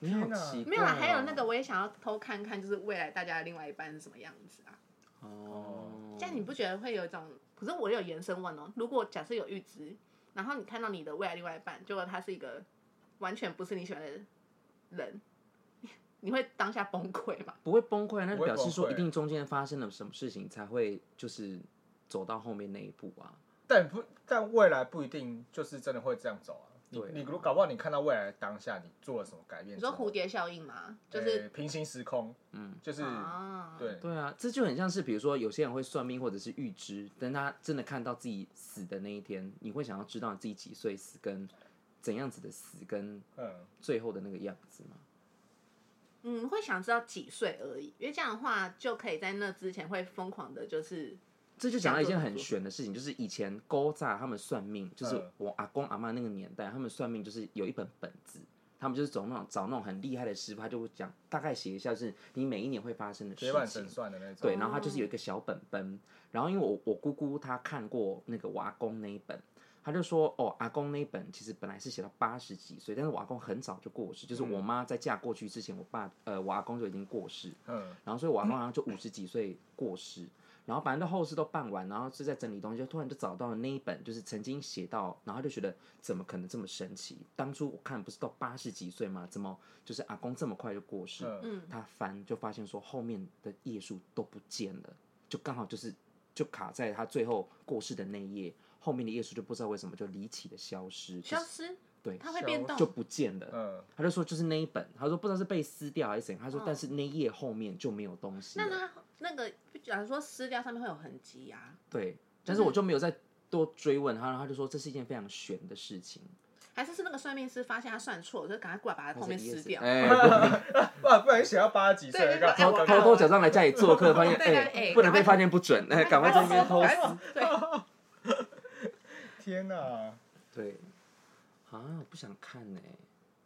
Speaker 3: 你好
Speaker 4: 天哪
Speaker 3: 奇怪哦。
Speaker 1: 没有啦，还有那个，我也想要偷看看，就是未来大家的另外一半是什么样子啊。
Speaker 3: 哦，
Speaker 1: 这样你不觉得会有一种？可是我有延伸问哦，如果假设有预知，然后你看到你的未来另外一半，结果他是一个完全不是你喜欢的人，你你会当下崩溃吗？
Speaker 3: 不会崩溃，那
Speaker 4: 不会
Speaker 3: 表示
Speaker 4: 崩
Speaker 3: 说一
Speaker 4: 溃
Speaker 3: 定中间发生了什么事情才会就是走到后面那一步啊。
Speaker 4: 但不，但未来不一定就是真的会这样走啊。你
Speaker 3: 对啊
Speaker 4: 你如搞不好你看到未来当下你做了什么改变
Speaker 1: 你
Speaker 4: 之后，
Speaker 1: 说蝴蝶效应吗？就是
Speaker 4: 呃、平行时空，
Speaker 3: 嗯，
Speaker 4: 就是、
Speaker 1: 啊，
Speaker 4: 对
Speaker 3: 对啊，这就很像是比如说有些人会算命或者是预知，但他真的看到自己死的那一天，你会想要知道你自己几岁死跟怎样子的死跟
Speaker 4: 嗯，
Speaker 3: 最后的那个样子吗？
Speaker 1: 嗯，会想知道几岁而已，因为这样的话就可以在那之前会疯狂的，就是
Speaker 3: 这就讲到一件很玄的事情，就是以前勾诈他们算命，就是
Speaker 4: 嗯
Speaker 3: 我阿公阿妈那个年代，他们算命就是有一本本子，他们就是走那种找那种很厉害的师傅，他就会讲大概写一下，就是你每一年会发生的事
Speaker 4: 铁板
Speaker 3: 情
Speaker 4: 神。算的那种。
Speaker 3: 对，然后他就是有一个小本本，然后因为我我姑姑她看过那个我阿公那一本，她就说哦，阿公那一本其实本来是写到八十几岁，但是我阿公很早就过世，就是我妈在嫁过去之前，我爸呃我阿公就已经过世，
Speaker 4: 嗯，
Speaker 3: 然后所以我阿公好像就五十几岁过世，然后反正都后事都办完，然后就在整理东西，就突然就找到了那一本，就是曾经写到，然后就觉得怎么可能这么神奇？当初我看不是到八十几岁吗？怎么就是阿公这么快就过世？
Speaker 4: 嗯
Speaker 1: 嗯，
Speaker 3: 他翻就发现说后面的页数都不见了，就刚好就是就卡在他最后过世的那一页，后面的页数就不知道为什么就离奇的消失，就
Speaker 1: 消
Speaker 3: 是
Speaker 1: 失，
Speaker 3: 对
Speaker 1: 它会变动，
Speaker 3: 就不见了。
Speaker 4: 嗯，
Speaker 3: 他就说就是那一本，他说不知道是被撕掉还是怎样，他说
Speaker 1: 嗯
Speaker 3: 但是那一页后面就没有东西
Speaker 1: 那
Speaker 3: 了，
Speaker 1: 它那个，假如说撕掉上面会有痕迹啊呀、
Speaker 3: 对，但是我就没有再多追问他，然后他就说这是一件非常悬的事情，
Speaker 1: 还是是那个算命师发现他算错，就赶快过来把他后面
Speaker 3: 他是
Speaker 1: 撕掉。
Speaker 3: 哎，不
Speaker 4: 不然不然写到八十几岁
Speaker 1: 对
Speaker 4: 了，
Speaker 1: 对对
Speaker 4: 干嘛
Speaker 1: 哎我
Speaker 3: 偷偷假装来家里做客，发现
Speaker 1: 对对
Speaker 3: 哎
Speaker 1: 哎
Speaker 3: 不能被
Speaker 1: 赶快
Speaker 3: 发现不准，哎，赶快在那边偷撕。
Speaker 1: 对，
Speaker 4: 天哪！
Speaker 3: 对，啊，我不想看呢、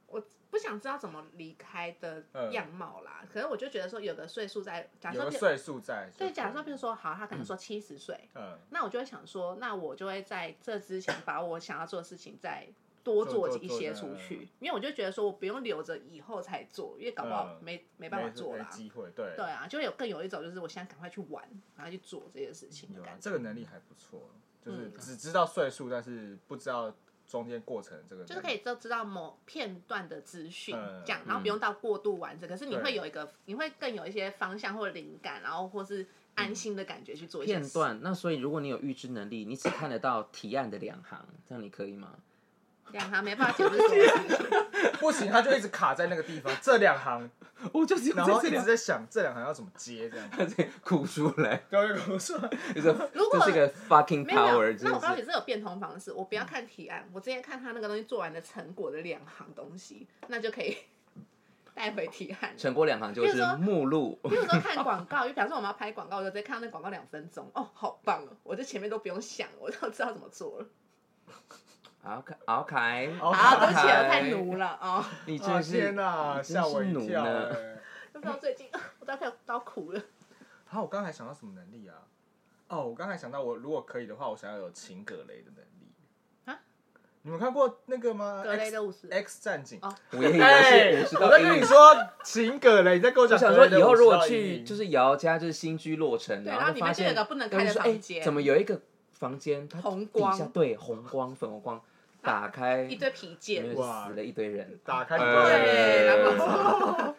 Speaker 1: 我不想知道怎么离开的
Speaker 3: 嗯
Speaker 1: 样貌啦。可是我就觉得说，有个岁数在，假
Speaker 4: 有
Speaker 1: 设
Speaker 4: 个
Speaker 1: 譬
Speaker 4: 岁数在，
Speaker 1: 对，假
Speaker 3: 嗯
Speaker 1: 设
Speaker 4: 说
Speaker 1: 譬如说，好，他可能说七十岁，
Speaker 4: 嗯，
Speaker 1: 那我就会想说，那我就会在这之前把我想要做的事情再多做一些
Speaker 4: 嗯
Speaker 1: 出去，因为我就觉得说我不用留着以后才做，因为搞不好
Speaker 4: 嗯
Speaker 1: 没、没办法做
Speaker 4: 没
Speaker 1: 啦。
Speaker 4: 机会，对
Speaker 1: 对啊，就会有更有一种就是我现在赶快去玩，然后去做这件事情的
Speaker 4: 有啊
Speaker 1: 感，觉。
Speaker 4: 这个能力还不错，就是
Speaker 1: 嗯
Speaker 4: 只知道岁数，但是不知道中间过程这个能力，
Speaker 1: 就是可以都知道某片段的资讯，
Speaker 4: 嗯
Speaker 1: 这样，然后不用到过度完整。可是你会有一个，你会更有一些方向或灵感，然后或是
Speaker 4: 嗯
Speaker 1: 安心的感觉去做一些
Speaker 3: 片
Speaker 1: 事。
Speaker 3: 段，那所以如果你有预知能力，你只看得到提案的两行，这样你可以吗？
Speaker 1: 这样啊他没办 法解释所有事情。
Speaker 4: 不行，他就一直卡在那个 地方，这两行，
Speaker 3: 我就是
Speaker 4: 然后一直在想这两行要怎么接这样。 啊
Speaker 3: 哭出来，
Speaker 1: 啊
Speaker 4: 对，我说
Speaker 3: 就是
Speaker 1: 如果
Speaker 3: 这是一个 fucking
Speaker 1: 没有没
Speaker 3: power，
Speaker 1: 有，
Speaker 3: 真
Speaker 1: 那我告诉你，
Speaker 3: 的
Speaker 1: 这有变通方式。我不要看提案，我直接看他那个东西做完的成果的两行东西，那就可以带回提 案。
Speaker 3: 成果两行就
Speaker 1: 比如
Speaker 3: 是
Speaker 1: 说
Speaker 3: 目录，
Speaker 1: 比如说看广告，就比方说我们要拍广告，我就直接看到那广告两分钟，哦，好棒哦！我就前面都不用想，我就知道怎么做了。
Speaker 3: 敖凯，敖凯，
Speaker 4: 敖凯
Speaker 1: 啊，对不起，我
Speaker 3: 哎
Speaker 1: 太奴了哦。
Speaker 3: 你
Speaker 4: 啊
Speaker 3: 真是
Speaker 4: 天哪，
Speaker 3: 你真
Speaker 4: 吓
Speaker 3: 是
Speaker 4: 我一
Speaker 3: 奴
Speaker 4: 跳
Speaker 3: 呢
Speaker 4: 哎！
Speaker 1: 不知道最近 我大概到苦了，
Speaker 4: 好，我刚才想到什么能力啊？哦，我刚才想到，我如果可以的话，我想要有情葛雷的能力。
Speaker 1: 啊？
Speaker 4: 你们看过那个吗？
Speaker 1: 格雷的五十
Speaker 4: X-，X 战警。
Speaker 1: 哦
Speaker 3: 我也以
Speaker 4: 哎
Speaker 3: 为是五十
Speaker 4: 我
Speaker 3: 到
Speaker 4: 在
Speaker 3: 英
Speaker 4: 跟
Speaker 3: 语
Speaker 4: 你。说情葛雷，你在跟我
Speaker 3: 我
Speaker 4: 讲。，
Speaker 3: 想说，以后如果去就是是瑶家，就是新居落成，
Speaker 1: 对
Speaker 3: 然
Speaker 1: 然
Speaker 3: 后
Speaker 1: 后
Speaker 3: 就
Speaker 1: 里面
Speaker 3: 发
Speaker 1: 就有
Speaker 3: 现
Speaker 1: 一个不能
Speaker 3: 跟
Speaker 1: 开的
Speaker 3: 说哎
Speaker 1: 房间
Speaker 3: 怎么有一个房间它
Speaker 1: 红
Speaker 3: 底
Speaker 1: 光啊
Speaker 3: 下对红光、粉红光，打开
Speaker 1: 一堆皮
Speaker 3: 里面
Speaker 1: 件，
Speaker 3: 就
Speaker 4: 哇
Speaker 3: 死了一堆人。
Speaker 4: 打开你
Speaker 3: 哎
Speaker 4: 就
Speaker 1: 对，然后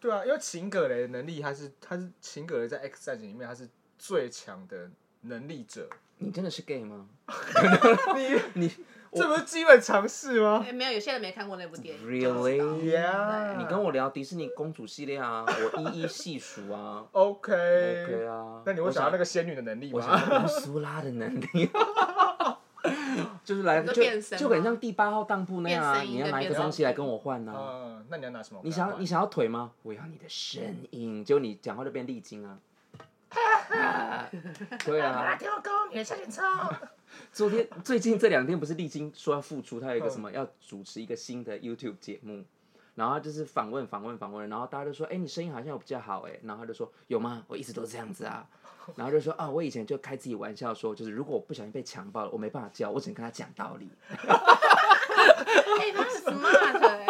Speaker 4: 对啊，因为情葛雷的能力，他是他是情葛雷在 X 战警里面他是最强的能力者，
Speaker 3: 你真的是 gay 吗？
Speaker 4: 你
Speaker 3: 你
Speaker 4: 这不是基本常识吗
Speaker 1: 哎没有，有些人没看过那部电影。
Speaker 3: Really？
Speaker 4: ？Yeah，
Speaker 3: 你跟我聊迪士尼公主系列啊，我一一细数啊。
Speaker 4: OK
Speaker 3: OK 啊，
Speaker 4: 哎那你会
Speaker 3: 我
Speaker 4: 想要
Speaker 3: 想
Speaker 4: 那个仙女的能力
Speaker 3: 我想
Speaker 4: 吗？
Speaker 3: 要乌苏拉的能力， 就是来
Speaker 1: 你说
Speaker 3: 就
Speaker 1: 变身吗
Speaker 3: 就很像第八号当铺那样啊，
Speaker 1: 变身
Speaker 3: 你
Speaker 1: 音
Speaker 3: 要拿一个
Speaker 1: 跟变身
Speaker 3: 东西来跟我换呐、啊。
Speaker 4: 啊，那你要拿什么？
Speaker 3: 你想要你想要腿吗？我要你的声音，结果你讲话就变丽晶啊。对啊，
Speaker 4: 给我你的下线车。
Speaker 3: 昨天最近这两天不是丽晶说要复出，她有一
Speaker 4: 嗯
Speaker 3: 个什么要主持一个新的 YouTube 节目，然后她就是访问访问访问，然后大家就说，哎、你声音好像有比较好哎、然后她就说有吗？我一直都这样子啊，然后就说啊，我以前就开自己玩笑说，就是如果我不小心被强暴了，我没办法叫，我只能跟他讲道理。
Speaker 1: 哎，他很 smart，哎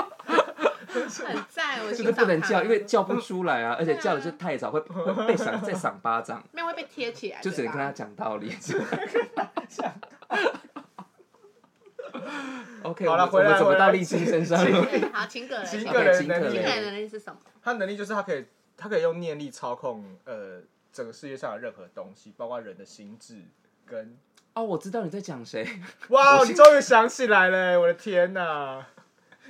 Speaker 1: 很赞，我
Speaker 3: 就
Speaker 1: 欣
Speaker 3: 是
Speaker 1: 赏
Speaker 3: 不能
Speaker 1: 他
Speaker 3: 叫，因为叫不出来啊，而且叫的就太早，会会被赏再赏巴掌，
Speaker 1: 没有会被贴起来，
Speaker 3: 就只能跟他
Speaker 1: 对吧
Speaker 3: 讲道 理。OK，
Speaker 4: 好了
Speaker 3: 我们
Speaker 4: 回来
Speaker 3: 我们怎么
Speaker 4: 回来
Speaker 3: 到丽晶身上？
Speaker 1: 对好，请葛雷，
Speaker 4: 请
Speaker 1: 请
Speaker 3: 个
Speaker 4: 葛
Speaker 1: 葛
Speaker 3: 人
Speaker 1: 雷
Speaker 4: 雷能
Speaker 3: 请葛
Speaker 4: 力，
Speaker 1: 的能力是 什么？
Speaker 4: 他能力就是他可以，他可以用念力操控呃整个世界上的任何东西，包括人的心智跟。
Speaker 3: 哦，我知道你在讲 谁，
Speaker 4: 哇，
Speaker 3: 我
Speaker 4: 你
Speaker 3: 是
Speaker 4: 终于想起来了，我的天哪！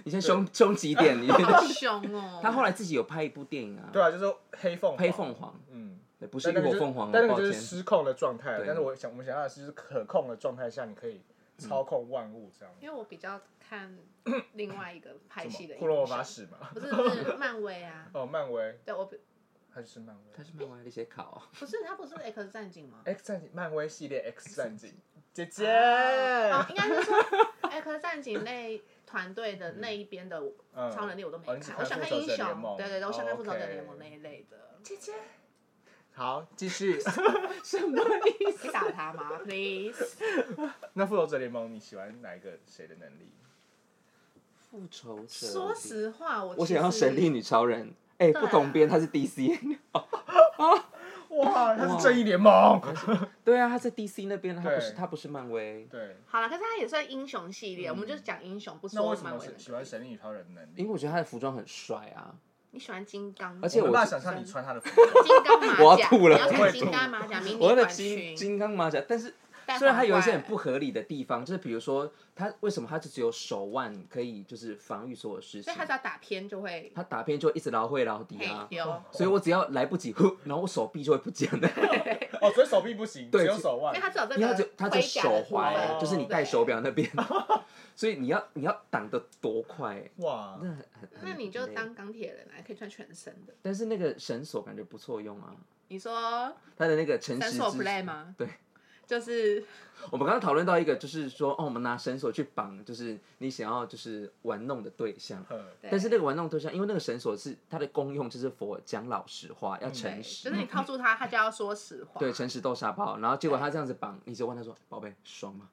Speaker 3: 你先凶凶几 点？你
Speaker 1: 好凶哦！
Speaker 3: 他后来自己有拍一部电影啊，
Speaker 4: 对啊，就是黑凤凰
Speaker 3: 黑凤，凰，
Speaker 4: 嗯，
Speaker 3: 对不是
Speaker 4: 但
Speaker 3: 浴
Speaker 4: 那个
Speaker 3: 火
Speaker 4: 就是
Speaker 3: 凤凰
Speaker 4: 但
Speaker 3: 哦，
Speaker 4: 那
Speaker 3: 抱
Speaker 4: 个就是
Speaker 3: 歉。
Speaker 4: 失控的状态。
Speaker 3: 对
Speaker 4: 但是我想，我们想要的是就是可控的状态下，你可以嗯操控万物这样。
Speaker 1: 因为我比较看另外一个拍戏的
Speaker 4: 什么库洛魔法
Speaker 1: 影
Speaker 4: 使嘛？
Speaker 1: 不是不是漫威啊，
Speaker 4: 哦，漫威
Speaker 1: 对我不
Speaker 4: 还是漫威
Speaker 3: 他是漫威那些卡哦，
Speaker 1: 不是他不是 X 战警吗？
Speaker 4: ？X 战警，漫威系列 X 战警，姐姐。
Speaker 1: 哦，应该是说 X 战警那团队的那一边的
Speaker 4: 嗯
Speaker 1: 超能力我都没
Speaker 4: 哦你只
Speaker 1: 看，我想
Speaker 4: 看复
Speaker 1: 看
Speaker 4: 仇
Speaker 1: 英
Speaker 4: 者
Speaker 1: 雄
Speaker 4: 联盟，
Speaker 1: 对对对，我想
Speaker 4: 哦
Speaker 1: 看复仇者
Speaker 4: OK
Speaker 1: 联盟那一类的。 姐姐，
Speaker 4: 好，继续。
Speaker 3: 什么意
Speaker 1: 可以打他吗？Please。
Speaker 4: 那复仇者联盟你喜欢哪一个谁的能力？
Speaker 3: 复仇者？
Speaker 1: 说，实话，我
Speaker 3: 我
Speaker 1: 其
Speaker 3: 想要
Speaker 1: 实
Speaker 3: 神力女超人。哎，
Speaker 1: 对
Speaker 3: 不同
Speaker 1: 啊
Speaker 3: 边，他是 DC。
Speaker 4: 哇，他是正义联盟。
Speaker 3: 对啊，他在 DC 那边，他不是
Speaker 4: 对
Speaker 3: 他不是漫威，
Speaker 4: 对，
Speaker 1: 好了，可是他也算英雄系列，我们就讲英雄，不
Speaker 4: 嗯那
Speaker 1: 说
Speaker 4: 为什
Speaker 1: 漫
Speaker 4: 么
Speaker 1: 威
Speaker 4: 是
Speaker 1: 的。
Speaker 4: 喜欢神力女超人的能
Speaker 3: 因
Speaker 4: 力？
Speaker 3: 为我觉得他的服装很帅啊。
Speaker 1: 你喜欢金刚？
Speaker 3: 而且
Speaker 4: 我
Speaker 3: 我
Speaker 4: 没办法
Speaker 3: 是
Speaker 4: 想象你穿他 的服装。
Speaker 1: 金刚马甲，
Speaker 3: 我要吐了
Speaker 1: 你要
Speaker 4: 我
Speaker 1: 穿
Speaker 4: 会吐
Speaker 1: 金刚马甲迷你
Speaker 3: 我的
Speaker 1: 短
Speaker 3: 金
Speaker 1: 裙，
Speaker 3: 金刚马甲，但是
Speaker 1: 戴
Speaker 3: 虽然它有一
Speaker 1: 皇
Speaker 3: 些
Speaker 1: 冠
Speaker 3: 很不合理的地方，就是比如说他为什么他就只有手腕可以就是防御所有事
Speaker 1: 所
Speaker 3: 情
Speaker 1: 以他，只要打偏就会
Speaker 3: 他打偏就一直捞会捞底
Speaker 1: 嘿
Speaker 3: 啊。
Speaker 1: 丢，
Speaker 3: 所以我只要来不及， 呼，然后我手臂就会不见了，
Speaker 4: 哦，所以手臂不行，
Speaker 3: 对
Speaker 4: 只有手
Speaker 1: 因
Speaker 4: 腕
Speaker 1: 为。他只有这
Speaker 3: 因为他就
Speaker 1: 个
Speaker 3: 他就
Speaker 1: 盔甲的
Speaker 3: 手
Speaker 1: 部分
Speaker 3: 环，就是你戴
Speaker 1: 对
Speaker 3: 手表那 边， 所以你要你要挡得多快，
Speaker 4: 哇
Speaker 3: 那，很很
Speaker 1: 那你就
Speaker 3: 累
Speaker 1: 当钢铁人啊，还可以穿全身的。
Speaker 3: 但是那个绳索感觉不错用啊，
Speaker 1: 你说
Speaker 3: 它的那个诚
Speaker 1: 绳
Speaker 3: 实
Speaker 1: 索
Speaker 3: 之
Speaker 1: play 吗？
Speaker 3: 对，
Speaker 1: 就是
Speaker 3: 我们刚刚讨论到一个，就是说，哦，我们拿绳索去绑，就是你想要就是玩弄的对象。
Speaker 4: 呵
Speaker 1: 对
Speaker 3: 但是那个玩弄对象，因为那个绳索是它的功用，就是佛讲老实话，要
Speaker 1: 对
Speaker 3: 诚
Speaker 1: 就
Speaker 3: 实
Speaker 1: 是，你靠住他，他就要说实话。
Speaker 3: 对，诚实豆沙包。然后结果他这样子绑，你就问他说：“宝贝，爽吗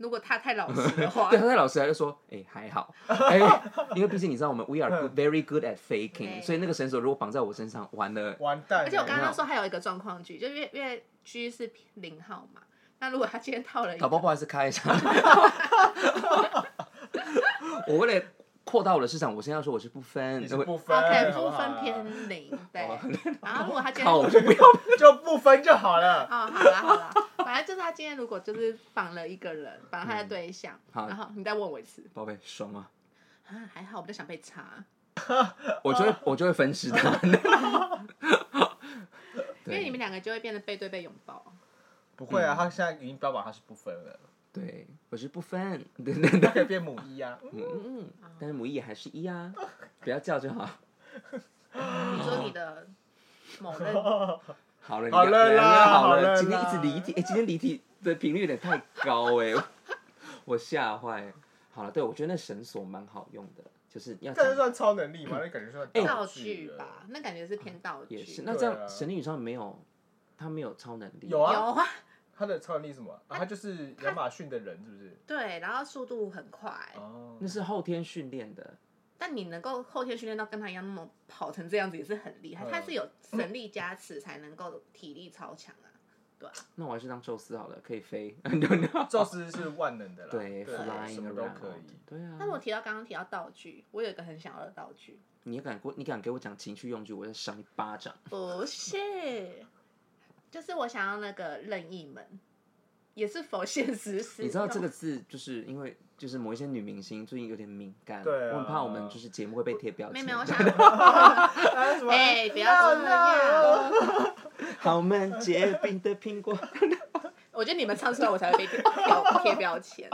Speaker 1: 如果他太老实的？”话
Speaker 3: 对，，他在老实他就说：“哎、还好。 哎，因为毕竟你知道，我们 we are good, very good at faking，
Speaker 1: 对
Speaker 3: 所以那个绳索如果绑在我身上，完了，
Speaker 4: 完蛋了！
Speaker 1: 而且我刚刚说还有一个状况剧，就是因为因为 G 是零号嘛，那如果他今天套了一
Speaker 3: 搞不好
Speaker 1: 个，
Speaker 3: 不好意思开一 下。我为了扩大我的市场，我先要说我是不分，
Speaker 4: 你
Speaker 3: 因
Speaker 4: 是
Speaker 3: 为
Speaker 4: 不分，
Speaker 1: 可能
Speaker 4: 好不
Speaker 1: 不
Speaker 4: 好
Speaker 1: 分偏零，对。然后如果他今天
Speaker 3: 靠，我就不要
Speaker 4: 就不分就好了。
Speaker 1: 哦，好啦好啦，反正就是他今天如果就是绑了一个人，绑他的对象，
Speaker 3: 嗯好
Speaker 1: 然后你再问我一次
Speaker 3: 宝贝，爽吗？
Speaker 1: 啊，还好，我不就想被查，
Speaker 3: 我就会我就会分尸 他。
Speaker 1: 因为你
Speaker 3: 对
Speaker 1: 们两个就会变得背对背拥抱。
Speaker 4: 不会
Speaker 3: 嗯
Speaker 4: 啊，他现在已经标榜他是不分了，
Speaker 3: 对，我是不分，对对
Speaker 4: 他
Speaker 3: 对，
Speaker 4: 可以变母一 啊。
Speaker 3: 嗯嗯，但是母意还是一啊，不要叫就好。哦
Speaker 1: 你说你的某任，
Speaker 3: 好了，你
Speaker 4: 好了
Speaker 3: 人
Speaker 4: 啦
Speaker 3: 啊好
Speaker 4: 好了
Speaker 3: 了，今天一直
Speaker 4: 啦
Speaker 3: 离题，哎，今天离题的频率有点太高哎， 我吓坏。好了，对我觉得那绳索蛮好用的，就是要
Speaker 4: 这
Speaker 3: 讲
Speaker 4: 是算超能力吗？那感觉算
Speaker 3: 哎
Speaker 1: 道具
Speaker 4: 具了
Speaker 1: 吧，那感觉是偏道具。
Speaker 3: 也是。那
Speaker 4: 对
Speaker 3: 这样
Speaker 4: 啊
Speaker 3: 《神力女超人》没有，他没有超能力。
Speaker 4: 有啊
Speaker 1: 有啊，
Speaker 4: 他的超能力是什么？啊，他就是亚马逊的人，是不是？
Speaker 1: 对，然后速度很快，
Speaker 4: 哦
Speaker 3: 那，是后天训练的。
Speaker 1: 但你能够后天训练到跟他一样那么跑成这样子也是很厉害，
Speaker 4: 嗯
Speaker 1: 他是有神力加持才能够体力超强啊。
Speaker 3: 那我还是当宙斯好了，可以飞。
Speaker 4: 宙斯是万能的啦，
Speaker 3: 对
Speaker 4: 对，什
Speaker 3: ，flying
Speaker 4: 么都
Speaker 3: around
Speaker 4: 可以。。
Speaker 3: 对啊。
Speaker 1: 那我提到刚刚提到道具，我有一个很想要的道具，
Speaker 3: 你敢给我，你敢给我讲情趣用具，我就赏你巴掌。
Speaker 1: 不是，就是我想要那个任意门，也是否现实使
Speaker 3: 你知道这个
Speaker 1: 用
Speaker 3: 字，就是因为就是某一些女明星最近有点敏感，
Speaker 4: 对啊
Speaker 3: 我很怕我们就是节目会被贴标
Speaker 1: 没
Speaker 3: 签。
Speaker 1: 有没有，我想要
Speaker 4: 啊什么
Speaker 1: 哎，不要这样，
Speaker 3: 好们结冰的苹 果，
Speaker 1: 我觉得你们唱出来，我才会被 贴标贴标签。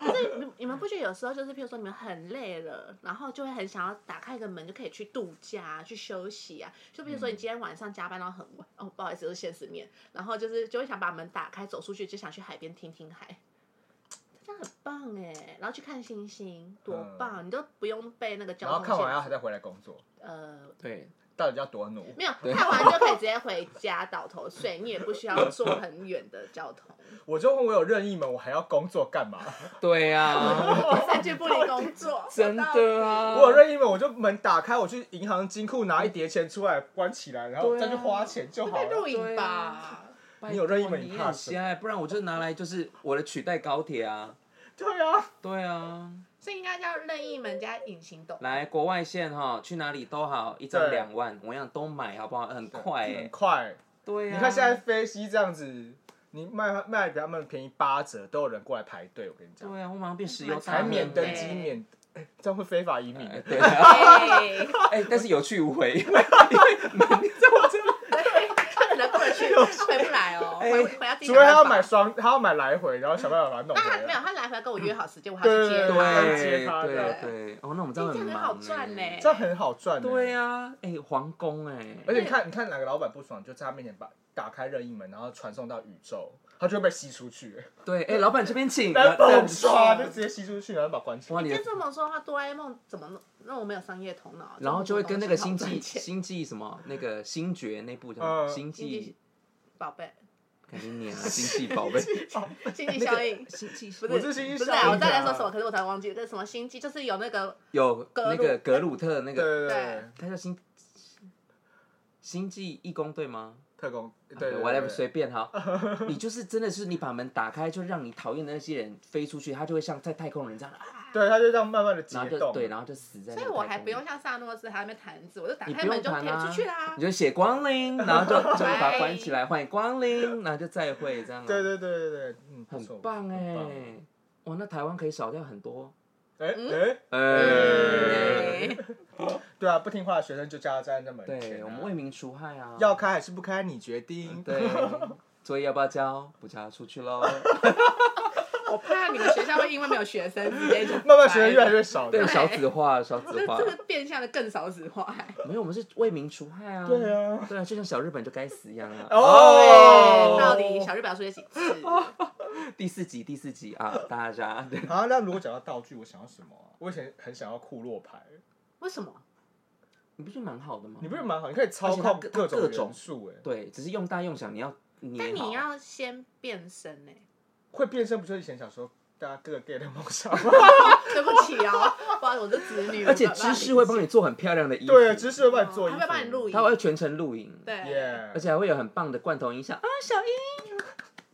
Speaker 1: 就是你你们不觉得有时候就是，譬如说你们很累了，然后就会很想要打开一个门就可以去度假、啊、去休息啊。就比如说你今天晚上加班到很晚，哦，不好意思，是现实面，然后就是就会想把门打开，走出去就想去海边听听海，这样很棒哎。然后去看星星，多棒！你都不用被那个交
Speaker 4: 然后
Speaker 1: 通
Speaker 4: 看完
Speaker 1: 限
Speaker 4: 要
Speaker 1: 制
Speaker 4: 还再回来工作，
Speaker 1: 呃
Speaker 3: 对，
Speaker 4: 到底要多努？
Speaker 1: 没有看完就可以直接回家倒头睡，你也不需要坐很远的交通。
Speaker 4: 我就问我有任意门，我还要工作干 嘛？
Speaker 3: 对 啊，
Speaker 1: 我三句不离工作，
Speaker 3: 真的啊，
Speaker 4: 我有任意门，我就门打开，我去银行金库拿一叠钱出来关起来，然后
Speaker 3: 对啊
Speaker 4: 再去花钱就
Speaker 1: 我
Speaker 4: 好
Speaker 1: 到底。被啊录
Speaker 4: 了。
Speaker 1: 影吧？
Speaker 3: 拜托
Speaker 4: 你有任意门
Speaker 3: 你
Speaker 4: 你怕
Speaker 3: 很
Speaker 4: 什么
Speaker 3: 瞎欸，不然我就拿来就是我的取代高铁啊，
Speaker 4: 对啊，
Speaker 3: 对啊，
Speaker 1: 所以应该叫任意门加隐形斗。
Speaker 3: 来国外线哈，去哪里都好，一张
Speaker 4: 对
Speaker 3: 两万，我想都买好不好？很快
Speaker 4: 很
Speaker 3: 哎，
Speaker 4: 快。
Speaker 3: 对啊，
Speaker 4: 你看现在飞西这样子，你卖卖比他们便宜八折，都有人过来排队。我跟你讲，
Speaker 3: 对啊，我马上变石油
Speaker 1: 蛮
Speaker 3: 大
Speaker 4: 还
Speaker 1: 惨
Speaker 3: 亨
Speaker 4: 免
Speaker 1: 的
Speaker 4: 登
Speaker 3: 欸
Speaker 4: 机
Speaker 1: 欸
Speaker 4: 免，哎这样会非法移民。
Speaker 3: 哎对啊，
Speaker 1: 哎，
Speaker 3: 哎，但是有去无回，因为因为你知道我真的。
Speaker 1: 他可哎能不 能去，他回不来哦，
Speaker 3: 哎
Speaker 1: 回回到自己
Speaker 4: 除非他
Speaker 1: 想
Speaker 4: 要
Speaker 1: 办
Speaker 4: 买
Speaker 1: 法。
Speaker 4: 双，他要买来回，然后想办法把它弄
Speaker 1: 那他
Speaker 4: 回
Speaker 1: 没有，
Speaker 4: 来。
Speaker 1: 他来回来跟我约好时间，我还
Speaker 4: 对
Speaker 1: 去接
Speaker 4: 对
Speaker 1: 他。
Speaker 4: 对
Speaker 3: 啊对
Speaker 4: 接他
Speaker 3: 对
Speaker 4: 的
Speaker 3: 对，哦，那我们这
Speaker 1: 这
Speaker 3: 样很
Speaker 1: 样很
Speaker 3: 忙
Speaker 1: 好赚呢
Speaker 3: 欸。
Speaker 4: 这样很好赚欸。
Speaker 3: 对啊，哎，皇宫哎，
Speaker 4: 而且你看，你看哪个老板不爽，就在他面前把打开任意门，然后传送到宇宙，他就会被吸出去。
Speaker 3: 对，哎，老板这 边请，
Speaker 4: 然后
Speaker 3: 这
Speaker 4: 嘣
Speaker 3: 样子
Speaker 4: 唰就直接吸出去，然后把它关起
Speaker 3: 哇，
Speaker 4: 来。
Speaker 3: 你的
Speaker 1: 哎就这么说的话，哆啦 A 梦怎么弄让我没有商业头脑？
Speaker 3: 然后就会跟那个
Speaker 1: 这么
Speaker 3: 星
Speaker 1: 多东
Speaker 3: 际
Speaker 1: 西好赚钱
Speaker 3: 星际什么那个星爵那部叫什
Speaker 4: 嗯
Speaker 3: 么星
Speaker 1: 星际
Speaker 3: 际，
Speaker 1: 宝 贝、
Speaker 3: 肯定念啊，星际宝贝，
Speaker 1: 星际效应，
Speaker 3: 星际
Speaker 1: 不
Speaker 4: 我是
Speaker 1: 是
Speaker 4: 星际
Speaker 1: 不是
Speaker 4: 效
Speaker 1: 啊，
Speaker 4: 应
Speaker 1: 我再来
Speaker 4: 啊
Speaker 1: 说什么？可是我才忘记，那什么星际就是有那个
Speaker 3: 有
Speaker 1: 格
Speaker 3: 那
Speaker 1: 鲁
Speaker 3: 个格鲁特那
Speaker 4: 对
Speaker 3: 个，
Speaker 4: 对对
Speaker 1: 对，
Speaker 3: 他叫星星际义工队吗？
Speaker 4: 特工对对
Speaker 3: whatever 随 便哈，你就是真的是你把门打开，就让你讨厌的那些人飞出去，他就会像在太空人这样，啊
Speaker 4: 对，他就这样慢慢的
Speaker 3: 然
Speaker 4: 解
Speaker 3: 后就
Speaker 4: 冻。
Speaker 3: 对，然后就死在那
Speaker 1: 所
Speaker 3: 个
Speaker 1: 以
Speaker 3: 太空里。
Speaker 1: 我还不用像萨诺斯还没弹指，我就打
Speaker 3: 你
Speaker 1: 开
Speaker 3: 不用
Speaker 1: 门就可
Speaker 3: 弹
Speaker 1: 以
Speaker 3: 啊
Speaker 1: 出去啦哎
Speaker 3: 你。就写光临，然后 就就把它关起来，欢迎光临，然后就再会这样、啊。
Speaker 4: 对对对对对，嗯，不
Speaker 3: 很
Speaker 4: 错
Speaker 3: 棒哎、
Speaker 4: 很棒
Speaker 3: 哇，那台湾可以少掉很多。
Speaker 4: 哎
Speaker 1: 嗯
Speaker 4: 哎，
Speaker 3: 哎、
Speaker 4: 哎
Speaker 1: 对
Speaker 4: 对啊，不听话的学生就叫他站在门前啊。
Speaker 3: 对我们为民除害啊。
Speaker 4: 要开还是不开，你决定。
Speaker 3: 对，作业要不要交？不交出去喽。
Speaker 1: 我怕你们学校会因为没有学生直接就
Speaker 4: 慢慢学生越来越少。
Speaker 3: 对，啊
Speaker 1: 对
Speaker 3: 少子化，少子
Speaker 1: 这
Speaker 3: 化
Speaker 1: 这。个变相的更少子化、
Speaker 3: 没有，我们是为民除害啊。
Speaker 4: 对。啊。
Speaker 3: 对啊，就像小日本就该死一样啊！
Speaker 4: 哦
Speaker 1: 哎到底小日本要出现几次？
Speaker 3: 第四集，第四集啊，大家对
Speaker 4: 啊，那如果讲到道具，我想要什么啊？我以前很想要库洛牌，
Speaker 1: 为什么？
Speaker 3: 你不是蛮好的吗？
Speaker 4: 你不是蛮好，你可以操
Speaker 3: 而
Speaker 4: 控
Speaker 3: 且它
Speaker 4: 各
Speaker 3: 它各种
Speaker 4: 元素，哎，
Speaker 3: 对，只是用大用小，你要捏
Speaker 1: 但
Speaker 3: 好
Speaker 1: 你要先变身呢、
Speaker 4: 会变身不就是以前小时候大家各个 gay 的梦想吗？
Speaker 1: 对不起哦，不好意思，我是子女，
Speaker 3: 而且知识会帮你做很漂亮的衣 服，
Speaker 4: 对，啊知识会帮你做衣
Speaker 1: 哦他
Speaker 4: 服，
Speaker 1: 会帮你录
Speaker 4: 影，
Speaker 1: 影，
Speaker 3: 他会全程录影，
Speaker 1: 对
Speaker 4: 耶，
Speaker 3: 而且还会有很棒的罐头音效啊，小英，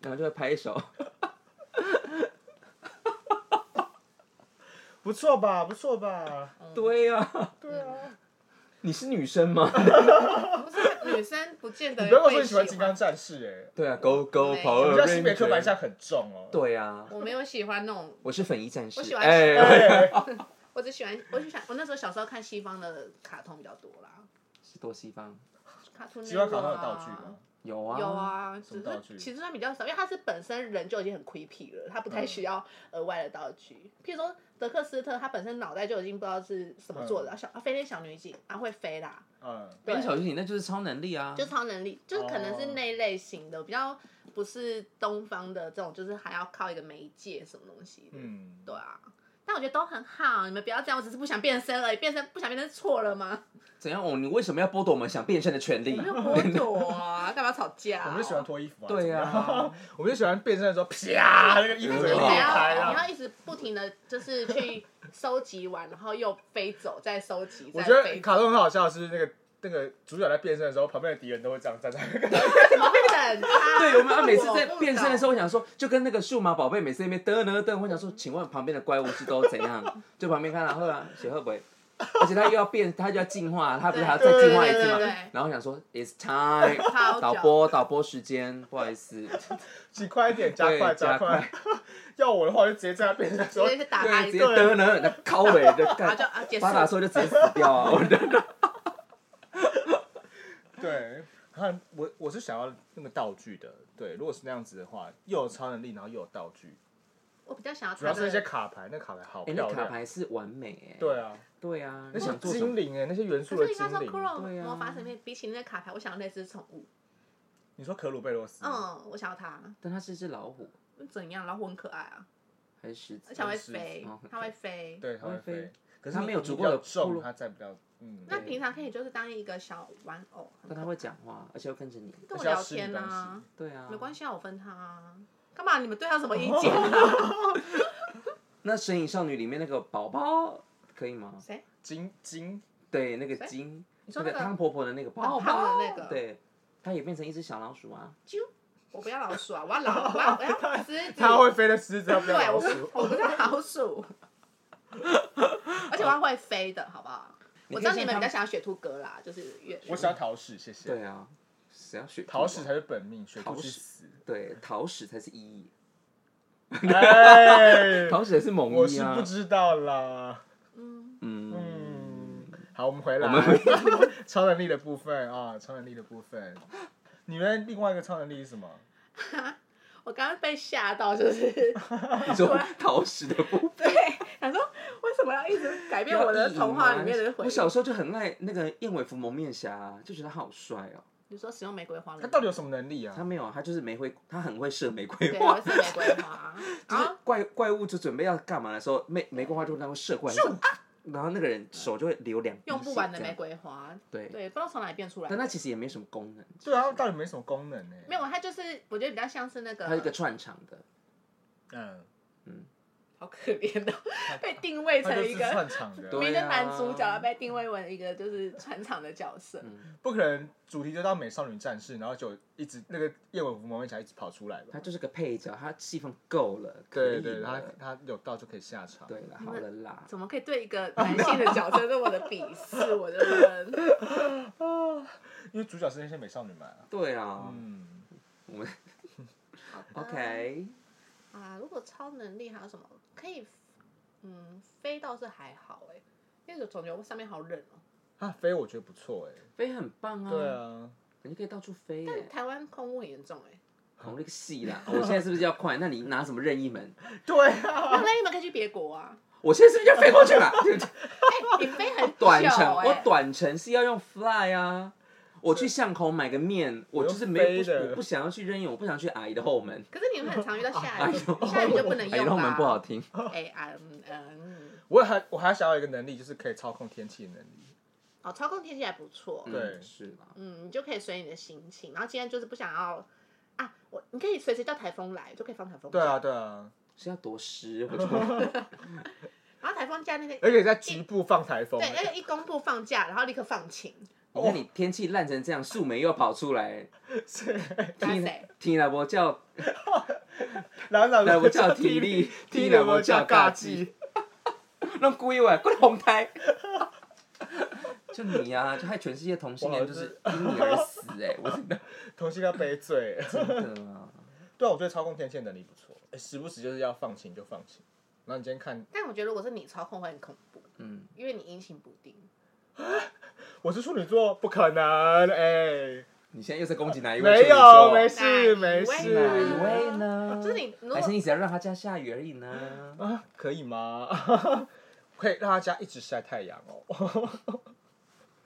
Speaker 3: 然后就会拍手，
Speaker 4: 不错吧，不错吧，
Speaker 1: 哦
Speaker 3: 对啊，
Speaker 4: 对啊，
Speaker 3: 你是女生吗？
Speaker 1: 不是女生不见得
Speaker 4: 你不要跟我说
Speaker 1: 会
Speaker 4: 你喜欢金刚战士，
Speaker 3: 对啊，Go Go
Speaker 1: 没
Speaker 3: 跑
Speaker 4: 哎，
Speaker 3: 二
Speaker 4: 我觉得性别刻板印
Speaker 3: Ranger，
Speaker 4: 象很重哦，
Speaker 3: 对啊，
Speaker 1: 我没有喜欢那种，
Speaker 3: 我是粉衣战士，
Speaker 1: 我喜欢
Speaker 3: 哎，
Speaker 4: 哎，
Speaker 1: 我只喜欢，我就想，我那时候小时候看西方的卡通比较多啦，
Speaker 3: 是多西方，
Speaker 1: 卡通
Speaker 4: 喜欢卡通的道具
Speaker 1: 吗
Speaker 4: 吗？？
Speaker 3: 有啊
Speaker 1: 啊有，啊，
Speaker 4: 什么
Speaker 1: 只
Speaker 4: 道
Speaker 1: 是
Speaker 4: 具
Speaker 1: 其实算比较少，因为他是本身人就已经很 creepy 了，他
Speaker 4: 嗯
Speaker 1: 不太需要额外的道具。譬如说德克斯特，他本身脑袋就已经不知道是什么做的，小啊飞天小女警啊会飞啦，
Speaker 4: 嗯，
Speaker 3: 变
Speaker 1: 对，啊
Speaker 3: 小精灵那就是超能力啊，
Speaker 1: 就超能力，就是可能是
Speaker 4: 哦
Speaker 1: 那一类型的，比较不是东方的这种，就是还要靠一个媒介什么东西的，
Speaker 4: 嗯，
Speaker 1: 对啊。但我觉得都很好，你们不要这样，我只是不想变身而已，变身不想变身错 了吗？
Speaker 3: 怎样？哦，你为什么要剥夺我们想变身的权利
Speaker 1: 我？就剥夺啊，干嘛吵架、
Speaker 4: 我们就喜欢脱衣服啊，
Speaker 3: 对
Speaker 4: 呀
Speaker 3: 啊，
Speaker 4: 我们就喜欢变身的时候，啪，那个衣服整
Speaker 1: 就是
Speaker 4: 个
Speaker 1: 你
Speaker 4: 裂
Speaker 1: 还
Speaker 4: 开
Speaker 1: 要
Speaker 4: 啊
Speaker 1: 你。要一直不停的就是去收集完，然后又飞走，再收集，
Speaker 4: 我
Speaker 1: 再
Speaker 4: 觉得
Speaker 1: 飞走，
Speaker 4: 卡通很好笑，是那个那个主角在变身的时候，旁边的敌人都会这样站在那个。
Speaker 1: 怎么会等他？
Speaker 3: 对，我们啊每次在
Speaker 1: 我不懂
Speaker 3: 变身的时候，我想说，就跟那个数码宝贝每次在那边嘚呢嘚，我想说，请问旁边的怪物是都怎样？ 就旁边看然后啊，谁会不会？而且他又要变，他就要进化，他不是还要再进化一次
Speaker 1: 对对对
Speaker 3: 吗
Speaker 1: 对对？
Speaker 3: 然后我想说，It's time，
Speaker 1: 超久
Speaker 3: 导播导播时间，不好意 思，
Speaker 4: 请快一点，加快
Speaker 3: 对加
Speaker 4: 快！ 要我的话，我就直接在他变身的时候
Speaker 1: 直接去打他
Speaker 3: 对，
Speaker 1: 一
Speaker 3: 直接
Speaker 1: 顿，
Speaker 3: 嘚呢，那靠尾就
Speaker 1: 然后
Speaker 3: 干
Speaker 1: 就，啊结束
Speaker 3: 发。达时候就直接死掉 啊！ 我真的
Speaker 4: 对， 看我我是想要那个道具的，对，如果是那样子的话，又有超能力，然后又有道具，
Speaker 1: 我比较想要
Speaker 4: 主要
Speaker 1: 他
Speaker 4: 是那些
Speaker 1: 的，
Speaker 4: 卡牌，那卡牌好
Speaker 3: 哎，
Speaker 4: 漂亮，
Speaker 3: 那卡牌是完美哎，
Speaker 4: 对啊，
Speaker 3: 对啊，
Speaker 4: 那
Speaker 3: 你
Speaker 4: 些
Speaker 3: 想做什
Speaker 4: 精
Speaker 3: 么？
Speaker 4: 灵哎，那些元素
Speaker 1: 可
Speaker 4: 的
Speaker 1: 是你
Speaker 4: 精
Speaker 1: 刚说骷
Speaker 4: 灵，
Speaker 1: 髅
Speaker 3: 对啊
Speaker 1: 魔法神面比起那个卡牌，我想要那只宠物，
Speaker 4: 你说可鲁贝洛斯，，
Speaker 3: 啊
Speaker 1: 嗯，我想要它，
Speaker 3: 但它是一只老虎
Speaker 1: 怎样？老虎很可爱啊，
Speaker 3: 还是狮
Speaker 1: 而
Speaker 3: 子
Speaker 1: 且？还会
Speaker 4: 跟狮子
Speaker 1: 飞
Speaker 3: 哦，
Speaker 1: 它会飞。
Speaker 4: 对，它会
Speaker 3: 会飞
Speaker 4: 飞，可是
Speaker 3: 它
Speaker 4: 你
Speaker 3: 没有
Speaker 4: 你
Speaker 3: 足
Speaker 4: 比
Speaker 3: 够
Speaker 4: 较
Speaker 3: 的骷
Speaker 4: 重，
Speaker 3: 髅
Speaker 4: 它载不了，嗯，
Speaker 1: 那
Speaker 3: 对
Speaker 1: 平常可以就是当一个小玩偶，啊
Speaker 3: 但它会讲话，而且会跟着你。
Speaker 1: 跟
Speaker 4: 而
Speaker 1: 我
Speaker 4: 且要
Speaker 1: 聊
Speaker 4: 吃你
Speaker 1: 天
Speaker 4: 东
Speaker 1: 啊。
Speaker 3: 对啊，
Speaker 1: 没关系啊，我分他啊。干嘛？你们对他有什么意见啊？
Speaker 3: 那《神隐少女》里面那个宝宝可以吗？
Speaker 1: 谁？
Speaker 4: 金金对
Speaker 3: 对，那个
Speaker 1: 谁
Speaker 3: 金，
Speaker 1: 你说
Speaker 3: 那
Speaker 1: 那
Speaker 3: 个
Speaker 1: 个哦
Speaker 3: 汤婆婆的那个宝
Speaker 1: 很胖
Speaker 3: 宝，
Speaker 1: 的那个？，
Speaker 3: 哦对，它也变成一只小老鼠啊。
Speaker 1: 我不要老鼠啊，我要老，我要我要狮子。
Speaker 4: 它会飞的狮子，它不
Speaker 1: 嗯对，
Speaker 4: 要老
Speaker 1: 我
Speaker 4: 鼠，
Speaker 1: 不我不是老鼠，而且我要会飞的，好不好？我知道你们比较想要雪兔哥啦，就是越
Speaker 4: 我想要桃矢，谢谢，
Speaker 3: 对啊，谁要雪兔啊
Speaker 4: 桃矢才是本命，雪兔
Speaker 3: 桃
Speaker 4: 去
Speaker 3: 矢
Speaker 4: 死，
Speaker 3: 对，桃矢才是意义，
Speaker 4: 哎，
Speaker 3: 桃矢才是猛
Speaker 4: 我
Speaker 3: 一
Speaker 4: 是
Speaker 3: 啊
Speaker 4: 不。知道啦。
Speaker 1: 嗯，
Speaker 3: 嗯
Speaker 4: 嗯， 好，我们回来，
Speaker 3: 我们
Speaker 4: 超能力的部分啊，超能力的部分。你们另外一个超能力是什么？
Speaker 1: 我刚刚被吓到，就是
Speaker 3: 你说桃矢的部分
Speaker 1: 对，想说为什么要一直改变我的
Speaker 3: 要意淫吗
Speaker 1: 童话里面的回
Speaker 3: 我
Speaker 1: 忆？
Speaker 3: 小时候就很爱那个燕尾服蒙面侠啊，就觉得他好帅
Speaker 4: 啊
Speaker 3: 哦。
Speaker 1: 你说使用玫瑰花的
Speaker 4: 他
Speaker 1: 吗，
Speaker 4: 到底有什么能力
Speaker 3: 他
Speaker 4: 啊？
Speaker 3: 没有，他就是玫瑰，他很会射玫瑰
Speaker 1: 对，
Speaker 3: 花
Speaker 1: 我。是玫瑰花，
Speaker 3: 就
Speaker 1: 然
Speaker 3: 是
Speaker 1: 后
Speaker 3: 怪怪物就准备要干嘛的时候，玫玫瑰花就那会射过来，然后那个人手就会流两滴
Speaker 1: 啊用不完的
Speaker 3: 血这
Speaker 1: 玫
Speaker 3: 样。
Speaker 1: 瑰花，
Speaker 3: 对，
Speaker 1: 对，不知道从哪里变出来的
Speaker 3: 但。它其实也没什么功能，
Speaker 4: 对啊，他到底没什么功能呢、
Speaker 1: 没有，，它就是我觉得比较像是那个，
Speaker 3: 它是一个串场的。
Speaker 4: 嗯，
Speaker 1: 好可怜的，哦被定位
Speaker 4: 他
Speaker 1: 成
Speaker 4: 就是
Speaker 1: 一个
Speaker 4: 串场的，
Speaker 3: 对
Speaker 1: 明明是男主角，
Speaker 3: 对啊
Speaker 1: 然后被定位为一个就是船长的角色。
Speaker 3: 嗯，
Speaker 4: 不可能主题就到美少女战士，然后就一直那个夜晚服蒙面侠一直跑出来吧
Speaker 3: 它？就是个配角，它戏份够了，可
Speaker 4: 对
Speaker 3: 以
Speaker 4: 对，他
Speaker 3: 了
Speaker 4: 他有到就可以下场。
Speaker 3: 对了，好了啦。
Speaker 1: 怎么可以对一 个
Speaker 3: 哦
Speaker 1: 男性的角色这么的鄙视？我 觉得
Speaker 4: 啊因为主角是那些美少女嘛。
Speaker 3: 对啊，
Speaker 4: 嗯，
Speaker 3: 我们 OK，
Speaker 1: 啊，如果超能力还有什么可以，嗯，飞倒是还好哎、因为总觉得上面好冷哦、
Speaker 4: 啊，飞我觉得不错哎、
Speaker 3: 飞很棒
Speaker 1: 嗯
Speaker 3: 啊，
Speaker 4: 对，啊，
Speaker 3: 你可以到处飞
Speaker 1: 但
Speaker 3: 耶，
Speaker 1: 台湾空污很严重哎、
Speaker 3: 红了个戏啦。我现在是不是要快？那你拿什么任意门？
Speaker 4: 对啊，
Speaker 1: 那那你们可以去别国 啊，
Speaker 3: 我现在是不是要飞过去 了？
Speaker 1: 哎、你飞很久、欸、
Speaker 3: 短程，我短程是要用 fly 啊。我去巷口买个面，我就是没
Speaker 4: 我用
Speaker 3: 有
Speaker 4: 飞的
Speaker 3: 不，我不想要去扔泳，我不想去阿姨的后 门。
Speaker 1: 可是你们很常遇到下
Speaker 3: 阿
Speaker 1: 雨
Speaker 3: 姨的，后
Speaker 1: 下雨就不能
Speaker 3: 门，阿姨的
Speaker 1: 用啦。
Speaker 3: 后门不好听。
Speaker 1: 哎啊嗯嗯，
Speaker 4: 我还我还想要一个能力，就是可以操控天气的能力。
Speaker 1: 哦，操控天气还不错。
Speaker 4: 对
Speaker 3: 嗯是啦。
Speaker 1: 嗯，你就可以随你的心情，然后今天就是不想要啊，我你可以随时叫台风来，就可以放台风假。
Speaker 4: 对啊，对啊，
Speaker 3: 是要多湿，我觉 得
Speaker 1: 然后台风假那
Speaker 3: 哎
Speaker 1: 天，
Speaker 4: 而且在局部放台风
Speaker 1: 对，
Speaker 4: 欸，
Speaker 1: 而且一公布放假，然后立刻放晴，
Speaker 3: 你看你天气烂成这样，树莓又跑出来，
Speaker 4: 是
Speaker 1: 打
Speaker 3: 听
Speaker 1: 谁
Speaker 3: 听来我叫
Speaker 4: 然后
Speaker 3: 来
Speaker 4: 老
Speaker 3: 我叫体 力，听来我叫尬技，， 弄故意玩，过来红胎。 就你啊，就害全世界同性恋就是因你而死哎、我真的
Speaker 4: 同性要背罪。
Speaker 3: 真的啊，
Speaker 4: 对啊，我觉得操控天线能力不错，欸时不时就是要放晴就放晴。然后你今天看，
Speaker 1: 但我觉得如果是你操控会很恐怖，
Speaker 3: 嗯，
Speaker 1: 因为你阴晴不定。
Speaker 4: 我是处女座，不可能哎、
Speaker 3: 你现在又在攻击哪一位？
Speaker 4: 没有，没事，
Speaker 1: 哪
Speaker 4: 没
Speaker 1: 一位
Speaker 4: 事
Speaker 3: 哪
Speaker 1: 呢
Speaker 3: 一位呢？
Speaker 1: 就是你如果
Speaker 3: 哦嗯还是你只要让他家下雨而已呢？
Speaker 4: 啊，可以吗？ 可以让他家一直晒太阳哦，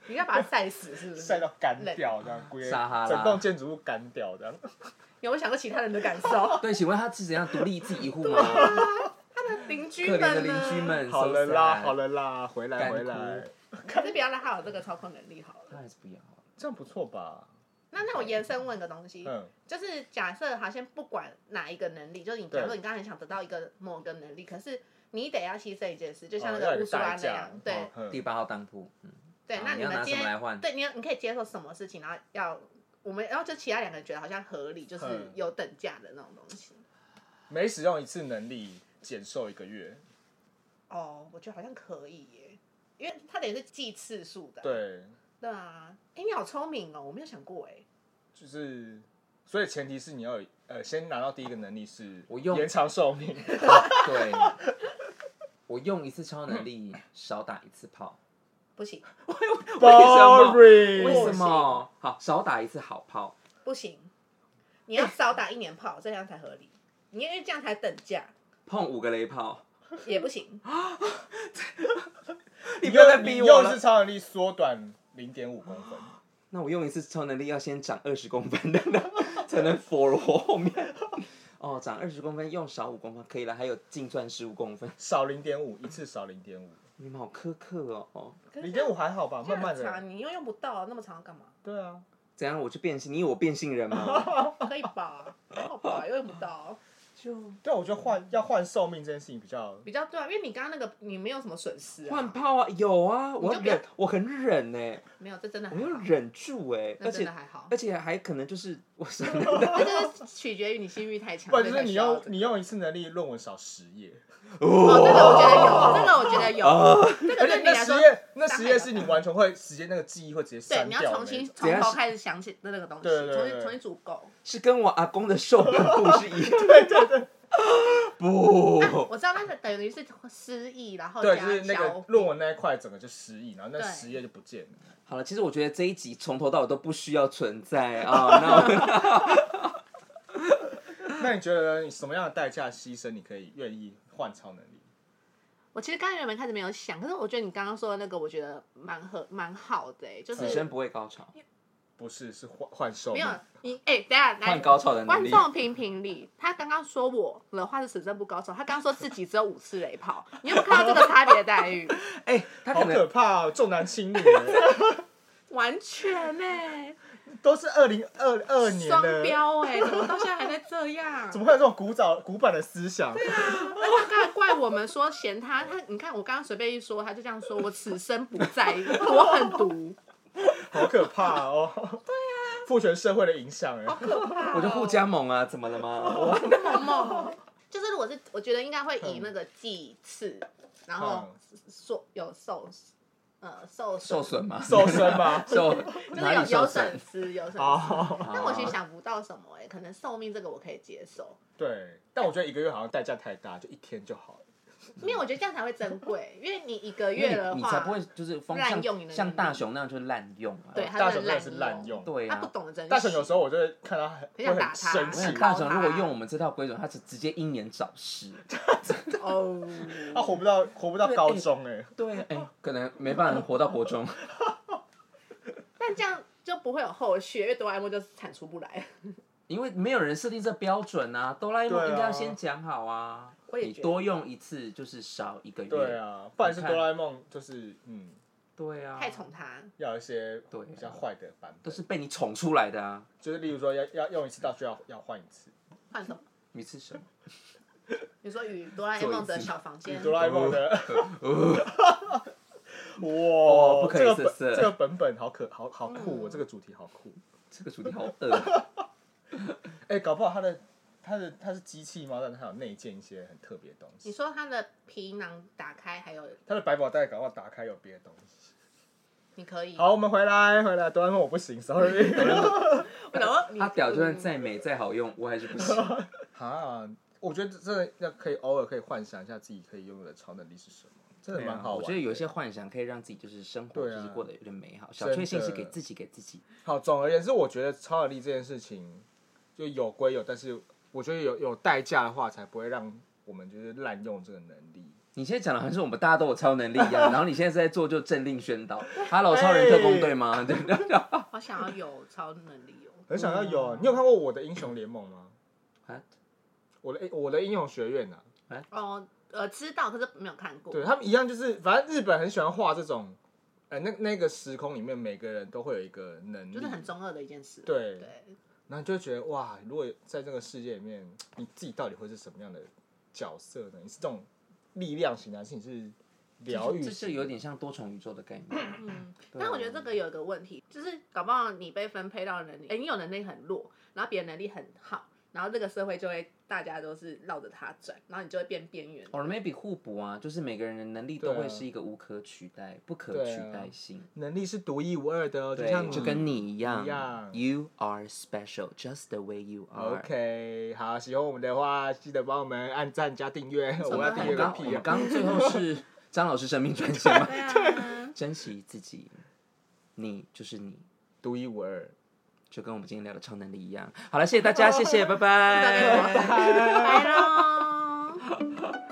Speaker 1: 你要把它晒死是不是？
Speaker 4: 晒到干掉这样，估计
Speaker 3: 撒哈拉
Speaker 4: 整栋建筑物干掉这样。
Speaker 1: 有没有想过其他人的感 受？
Speaker 3: 对，请问他是怎样独立自己一户 吗？
Speaker 1: 邻居
Speaker 3: 可
Speaker 1: 们
Speaker 3: 怜的
Speaker 1: 呢？
Speaker 3: 邻居，们，
Speaker 4: 好了啦，好
Speaker 3: 了，
Speaker 4: 了啦，回来
Speaker 3: 干
Speaker 4: 回来
Speaker 3: 枯，
Speaker 1: 还是不要让他有这个操控能力好了。
Speaker 3: 那还是不要好了。
Speaker 4: 这样不错吧？
Speaker 1: 那那我延伸问个东西，
Speaker 4: 嗯，
Speaker 1: 就是假设好像不管哪一个能力，就是你
Speaker 4: 对
Speaker 1: 假如你刚才很想得到一个某个能力，可是你得要牺牲一件事，就像那
Speaker 4: 哦要
Speaker 1: 个
Speaker 4: 有
Speaker 1: 乌苏拉
Speaker 4: 代
Speaker 1: 那
Speaker 4: 价
Speaker 1: 样，，对
Speaker 4: 哦嗯
Speaker 3: 第八号当铺，嗯，
Speaker 1: 对
Speaker 3: 好。
Speaker 1: 那
Speaker 3: 你要
Speaker 1: 们
Speaker 3: 拿
Speaker 1: 今
Speaker 3: 什么来
Speaker 1: 天
Speaker 3: 换？
Speaker 1: 对你要你可以接受什么事情，然后要我们，然后就其他两个人觉得好像合理，就是
Speaker 4: 嗯
Speaker 1: 有等价的那种东西。
Speaker 4: 每使用一次能力减寿一个月，
Speaker 1: 哦，我觉得好像可以耶，因为它等于是计次数的。
Speaker 4: 对，
Speaker 1: 对啊，哎，你好聪明哦，我没有想过哎。
Speaker 4: 就是，所以前提是你要有呃，先拿到第一个能力是
Speaker 3: 我用
Speaker 4: 延长寿 命，
Speaker 3: 对，我用一次超能力，少打一次 炮。
Speaker 1: 不行
Speaker 3: 为什么
Speaker 4: Boring
Speaker 3: 为什么？好，少打一次好炮。
Speaker 1: 不行，你要少打一年炮，这样才合理。你因为这样才等价
Speaker 3: 碰五个雷炮，
Speaker 1: 也 不行。
Speaker 3: 你
Speaker 4: 你
Speaker 3: 不要再
Speaker 4: 用
Speaker 3: 逼
Speaker 4: 你
Speaker 3: 我
Speaker 4: 用一次
Speaker 3: 了。
Speaker 4: 超能力缩短零点五公 分，
Speaker 3: 那我用一次超能力要先长二十公分的，才能 for 我后面。哦，长二十公分，用少五公分可以了，还有净赚十五公分。
Speaker 4: 少零点五，一次少零点五，
Speaker 3: 你们好苛刻哦哦。
Speaker 1: 可
Speaker 4: 零
Speaker 1: 是
Speaker 4: 点五还好吧，
Speaker 1: 这
Speaker 4: 慢
Speaker 1: 样
Speaker 4: 慢
Speaker 1: 很
Speaker 4: 的，
Speaker 1: 长，你又用不到，那么长要干嘛？
Speaker 4: 对啊，
Speaker 3: 怎样？我去变性？你以为我变性人 吗？
Speaker 1: 可以吧？还好吧，又用不到，
Speaker 3: 就
Speaker 4: 对，啊我觉得换要换寿命这件事情比较，
Speaker 1: 比较对啊。因为你刚刚那个你没有什么损失啊，
Speaker 3: 换炮啊，有啊，我要
Speaker 1: 你就不要
Speaker 3: 忍，我很忍呢、
Speaker 1: 没有，这真的
Speaker 3: 我
Speaker 1: 还
Speaker 3: 要
Speaker 1: 好，
Speaker 3: 忍住哎、
Speaker 1: 那
Speaker 3: 而
Speaker 1: 真
Speaker 3: 且
Speaker 1: 的还好
Speaker 3: 而。且还可能就是我是
Speaker 1: 那就是取决于你性欲太强，
Speaker 4: 不然就
Speaker 1: 所
Speaker 4: 是
Speaker 1: 以才
Speaker 4: 你
Speaker 1: 需要
Speaker 4: 用
Speaker 1: 这个
Speaker 4: 你用一次能力论文少十页，
Speaker 1: 哦，这个我觉得有，这个我觉得有，这个
Speaker 4: 哦而
Speaker 1: 对
Speaker 4: 且
Speaker 1: 你
Speaker 4: 那
Speaker 1: 来
Speaker 4: 十
Speaker 1: 说，
Speaker 4: 页那
Speaker 1: 伤害
Speaker 4: 十页
Speaker 1: 比较
Speaker 4: 是你
Speaker 1: 大
Speaker 4: 完全会时间那个记忆会直接
Speaker 1: 对，
Speaker 4: 删
Speaker 1: 你
Speaker 4: 掉的
Speaker 1: 要
Speaker 4: 那种，
Speaker 1: 重新
Speaker 3: 怎
Speaker 1: 从
Speaker 3: 样
Speaker 1: 头
Speaker 3: 是
Speaker 1: 开始想起的那个东西，
Speaker 4: 对对
Speaker 1: 重
Speaker 4: 对
Speaker 1: 新重新组构。
Speaker 3: 是跟我阿公的寿命故事 一样，对对对，不，
Speaker 1: 啊我知道那是等于是失忆，然后
Speaker 4: 哦对，
Speaker 1: 加
Speaker 4: 就是那
Speaker 1: 消
Speaker 4: 个论文那一块整个就失忆，然后那
Speaker 1: 对
Speaker 4: 十页就不见了。
Speaker 3: 好了，其实我觉得这一集从头到尾都不需要存在啊。那我 们
Speaker 4: 那你觉得你什么样的代价牺牲你可以愿意换超能力？
Speaker 1: 我其实刚才原本开始没有想，可是我觉得你刚刚说的那个，我觉得蛮合蛮好的、欸，就
Speaker 3: 女生
Speaker 1: 是
Speaker 3: 不会高潮，
Speaker 4: 不是，是换换寿
Speaker 1: 没
Speaker 4: 命
Speaker 1: 有。你哎、等一下
Speaker 3: 换
Speaker 1: 来
Speaker 3: 高潮的能
Speaker 1: 观
Speaker 3: 力，
Speaker 1: 众评评理。他刚刚说我的话是此生不高手，他刚刚说自己只有五次雷炮，你有没有看到这个差别待遇？
Speaker 3: 哎，他
Speaker 4: 好
Speaker 3: 可
Speaker 4: 可
Speaker 3: 能
Speaker 4: 怕哦，重男轻 女，
Speaker 1: 完全哎、
Speaker 4: 都是二零二二年
Speaker 1: 双
Speaker 4: 了，
Speaker 1: 标 哎、怎么到现在还在这样？
Speaker 4: 怎么会有这种古早古板的思想？
Speaker 1: 而且刚才怪我们说嫌他，他你看我刚刚随便一说，他就这样说，我此生不再，我狠毒，
Speaker 4: 好可怕哦！对啊，父权社会的影响哎，
Speaker 3: 我就互加盟啊，怎么了 吗？我
Speaker 1: 好猛哦！ 就是我是我觉得应该会以那个祭祀，然后
Speaker 4: 嗯
Speaker 1: 受有受呃受
Speaker 3: 受损吗？？
Speaker 4: 瘦身吗
Speaker 3: 受
Speaker 1: 就是
Speaker 3: 哪
Speaker 1: 有
Speaker 3: 里受
Speaker 1: 有
Speaker 3: 损啊
Speaker 1: 损？失有损失。
Speaker 4: 哦，
Speaker 1: 但我其实想不到什么哎、可能寿命这个我可以接受，
Speaker 4: 对，但我觉得一个月好像代价太大，就一天就好了。嗯
Speaker 1: 因为我觉得这样才会珍贵，因为你一个
Speaker 3: 因为
Speaker 1: 月的
Speaker 3: 你你才
Speaker 1: 话
Speaker 3: 不，会就是疯
Speaker 1: 滥用你
Speaker 3: 像
Speaker 1: 的
Speaker 3: 像
Speaker 1: 能力
Speaker 3: 大雄那样去滥用啊。
Speaker 1: 对，
Speaker 4: 大
Speaker 1: 他
Speaker 4: 雄真的是
Speaker 1: 滥
Speaker 4: 滥用，
Speaker 3: 对
Speaker 1: 他
Speaker 3: 啊，
Speaker 1: 不懂得珍惜。
Speaker 4: 大雄有时候我就会看到很
Speaker 1: 很
Speaker 4: 会
Speaker 1: 想打
Speaker 4: 很
Speaker 1: 他
Speaker 4: 生
Speaker 3: 我
Speaker 4: 气
Speaker 3: 想
Speaker 1: 很，
Speaker 3: 大雄
Speaker 1: 高
Speaker 3: 如果
Speaker 1: 他
Speaker 3: 用我们这套规则，他是直接英年早 逝。
Speaker 1: 哦，
Speaker 4: 他活不到活不到
Speaker 3: 对
Speaker 4: 高
Speaker 3: 哎
Speaker 4: 中哎。
Speaker 1: 啊
Speaker 3: 对，哎，可能没办法活到国中。
Speaker 1: 但这样就不会有后续，因为哆啦 A 梦就产出不来。
Speaker 3: 因为没有人设定这标准啊，哆啦 A 梦
Speaker 4: 对啊
Speaker 3: 应该要先讲好啊。
Speaker 1: 我也
Speaker 3: 你
Speaker 1: 觉得
Speaker 3: 多用一次就是少一个月。
Speaker 4: 对，啊，不然是
Speaker 3: 你看
Speaker 4: 哆啦 A 梦，就是嗯，
Speaker 3: 对啊，
Speaker 1: 太宠他，
Speaker 4: 要有一些
Speaker 3: 对啊
Speaker 4: 比较坏的版
Speaker 3: 都
Speaker 4: 本，
Speaker 3: 是被你宠出来的啊。
Speaker 4: 就是例如说要要用一次道具要要换一次，
Speaker 1: 换什么？
Speaker 3: 你是什么？
Speaker 1: 你说与哆啦 A 梦的小房间
Speaker 4: 哆啦 A 梦的，
Speaker 3: 不
Speaker 4: 哇，
Speaker 3: 哦可以
Speaker 4: 这个
Speaker 3: 色
Speaker 4: 本
Speaker 3: 色
Speaker 4: 这个本本好可好好酷哦，这个主题好酷，
Speaker 3: 这个主题好恶。
Speaker 4: 哎，搞不好它的它的它是机器猫，但它有内建一些很特别的东
Speaker 1: 你
Speaker 4: 西，
Speaker 1: 说他的皮囊打开，还有
Speaker 4: 它的百宝袋搞不好打开有别的东西。
Speaker 1: 你可以。
Speaker 4: 好，我们回来回来，哆啦 A 梦我不行，sorry，
Speaker 1: 然后你嗯
Speaker 3: 他屌就算再美再好用，我还是 不行。
Speaker 4: 啊，我觉得真的要可以偶尔可以幻想一下自己可以拥有的超能力是什么，真的蛮好玩
Speaker 3: 我
Speaker 4: 的。
Speaker 3: 觉得有一些幻想可以让自己就是生活
Speaker 4: 对啊
Speaker 3: 就是过得有点美好，
Speaker 4: 真
Speaker 3: 小
Speaker 4: 的
Speaker 3: 确幸是给自己给自己。
Speaker 4: 好，总而言之，我觉得超能力这件事情就有归有，但是我觉得有有代价的话，才不会让我们就是滥用这个能力。
Speaker 3: 你现在讲的好像是我们大家都有超能力一 样，然后你现在在做就政令宣导，Hello 超人特工队吗？ 对不对？
Speaker 1: 好想要 有超能力哦。
Speaker 4: 很想要有
Speaker 3: 嗯
Speaker 4: 啊，你有看过我的英雄联盟吗？
Speaker 3: What？
Speaker 4: 我的我的英雄学院啊，
Speaker 1: 哦，呃，知道，可是没有看过。
Speaker 4: 对他们一样就是，反正日本很喜欢画这种，呃，那那个时空里面每个人都会有一个能力，
Speaker 1: 就是很中二的一件事。
Speaker 4: 对，
Speaker 1: 对，
Speaker 4: 然后你就会觉得哇，如果在这个世界里面，你自己到底会是什么样的角色呢？你是这种力量型的，还是你是疗愈
Speaker 3: 这就
Speaker 4: 型
Speaker 3: 有
Speaker 4: 的？
Speaker 3: 点像多重宇宙的概念。
Speaker 1: 嗯，
Speaker 3: 啊
Speaker 1: 但我觉得这个有一个问题，就是搞不好你被分配到的能力，哎、你有能力很弱，然后别人能力很好，然后这个社会就会大家都是绕着他转，然后你就会变边缘。
Speaker 3: or maybe 互补啊，就是每个人的能力都
Speaker 4: 对啊
Speaker 3: 会是一个无可取代、不可
Speaker 4: 对
Speaker 3: 取
Speaker 4: 啊
Speaker 3: 代性。
Speaker 4: 能力是独一无二的哦，就像
Speaker 3: 对，就跟
Speaker 4: 你。
Speaker 3: 你一样
Speaker 4: 一样
Speaker 3: y o u are special just the way you are。
Speaker 4: OK，好，喜欢我们的话，记得帮我们按赞加订阅。我要
Speaker 1: 么
Speaker 4: 订
Speaker 1: 很
Speaker 4: 阅
Speaker 3: 我
Speaker 4: 个
Speaker 3: 刚我
Speaker 4: 屁
Speaker 3: 们
Speaker 4: 啊！
Speaker 3: 刚最后是张老师生命专线 吗？
Speaker 1: 对啊，
Speaker 3: 珍惜自己，你就是你，
Speaker 4: 独一无二。
Speaker 3: 就跟我们今天聊的超能力一样。好了，谢谢大家，谢谢，拜拜
Speaker 1: 拜喽。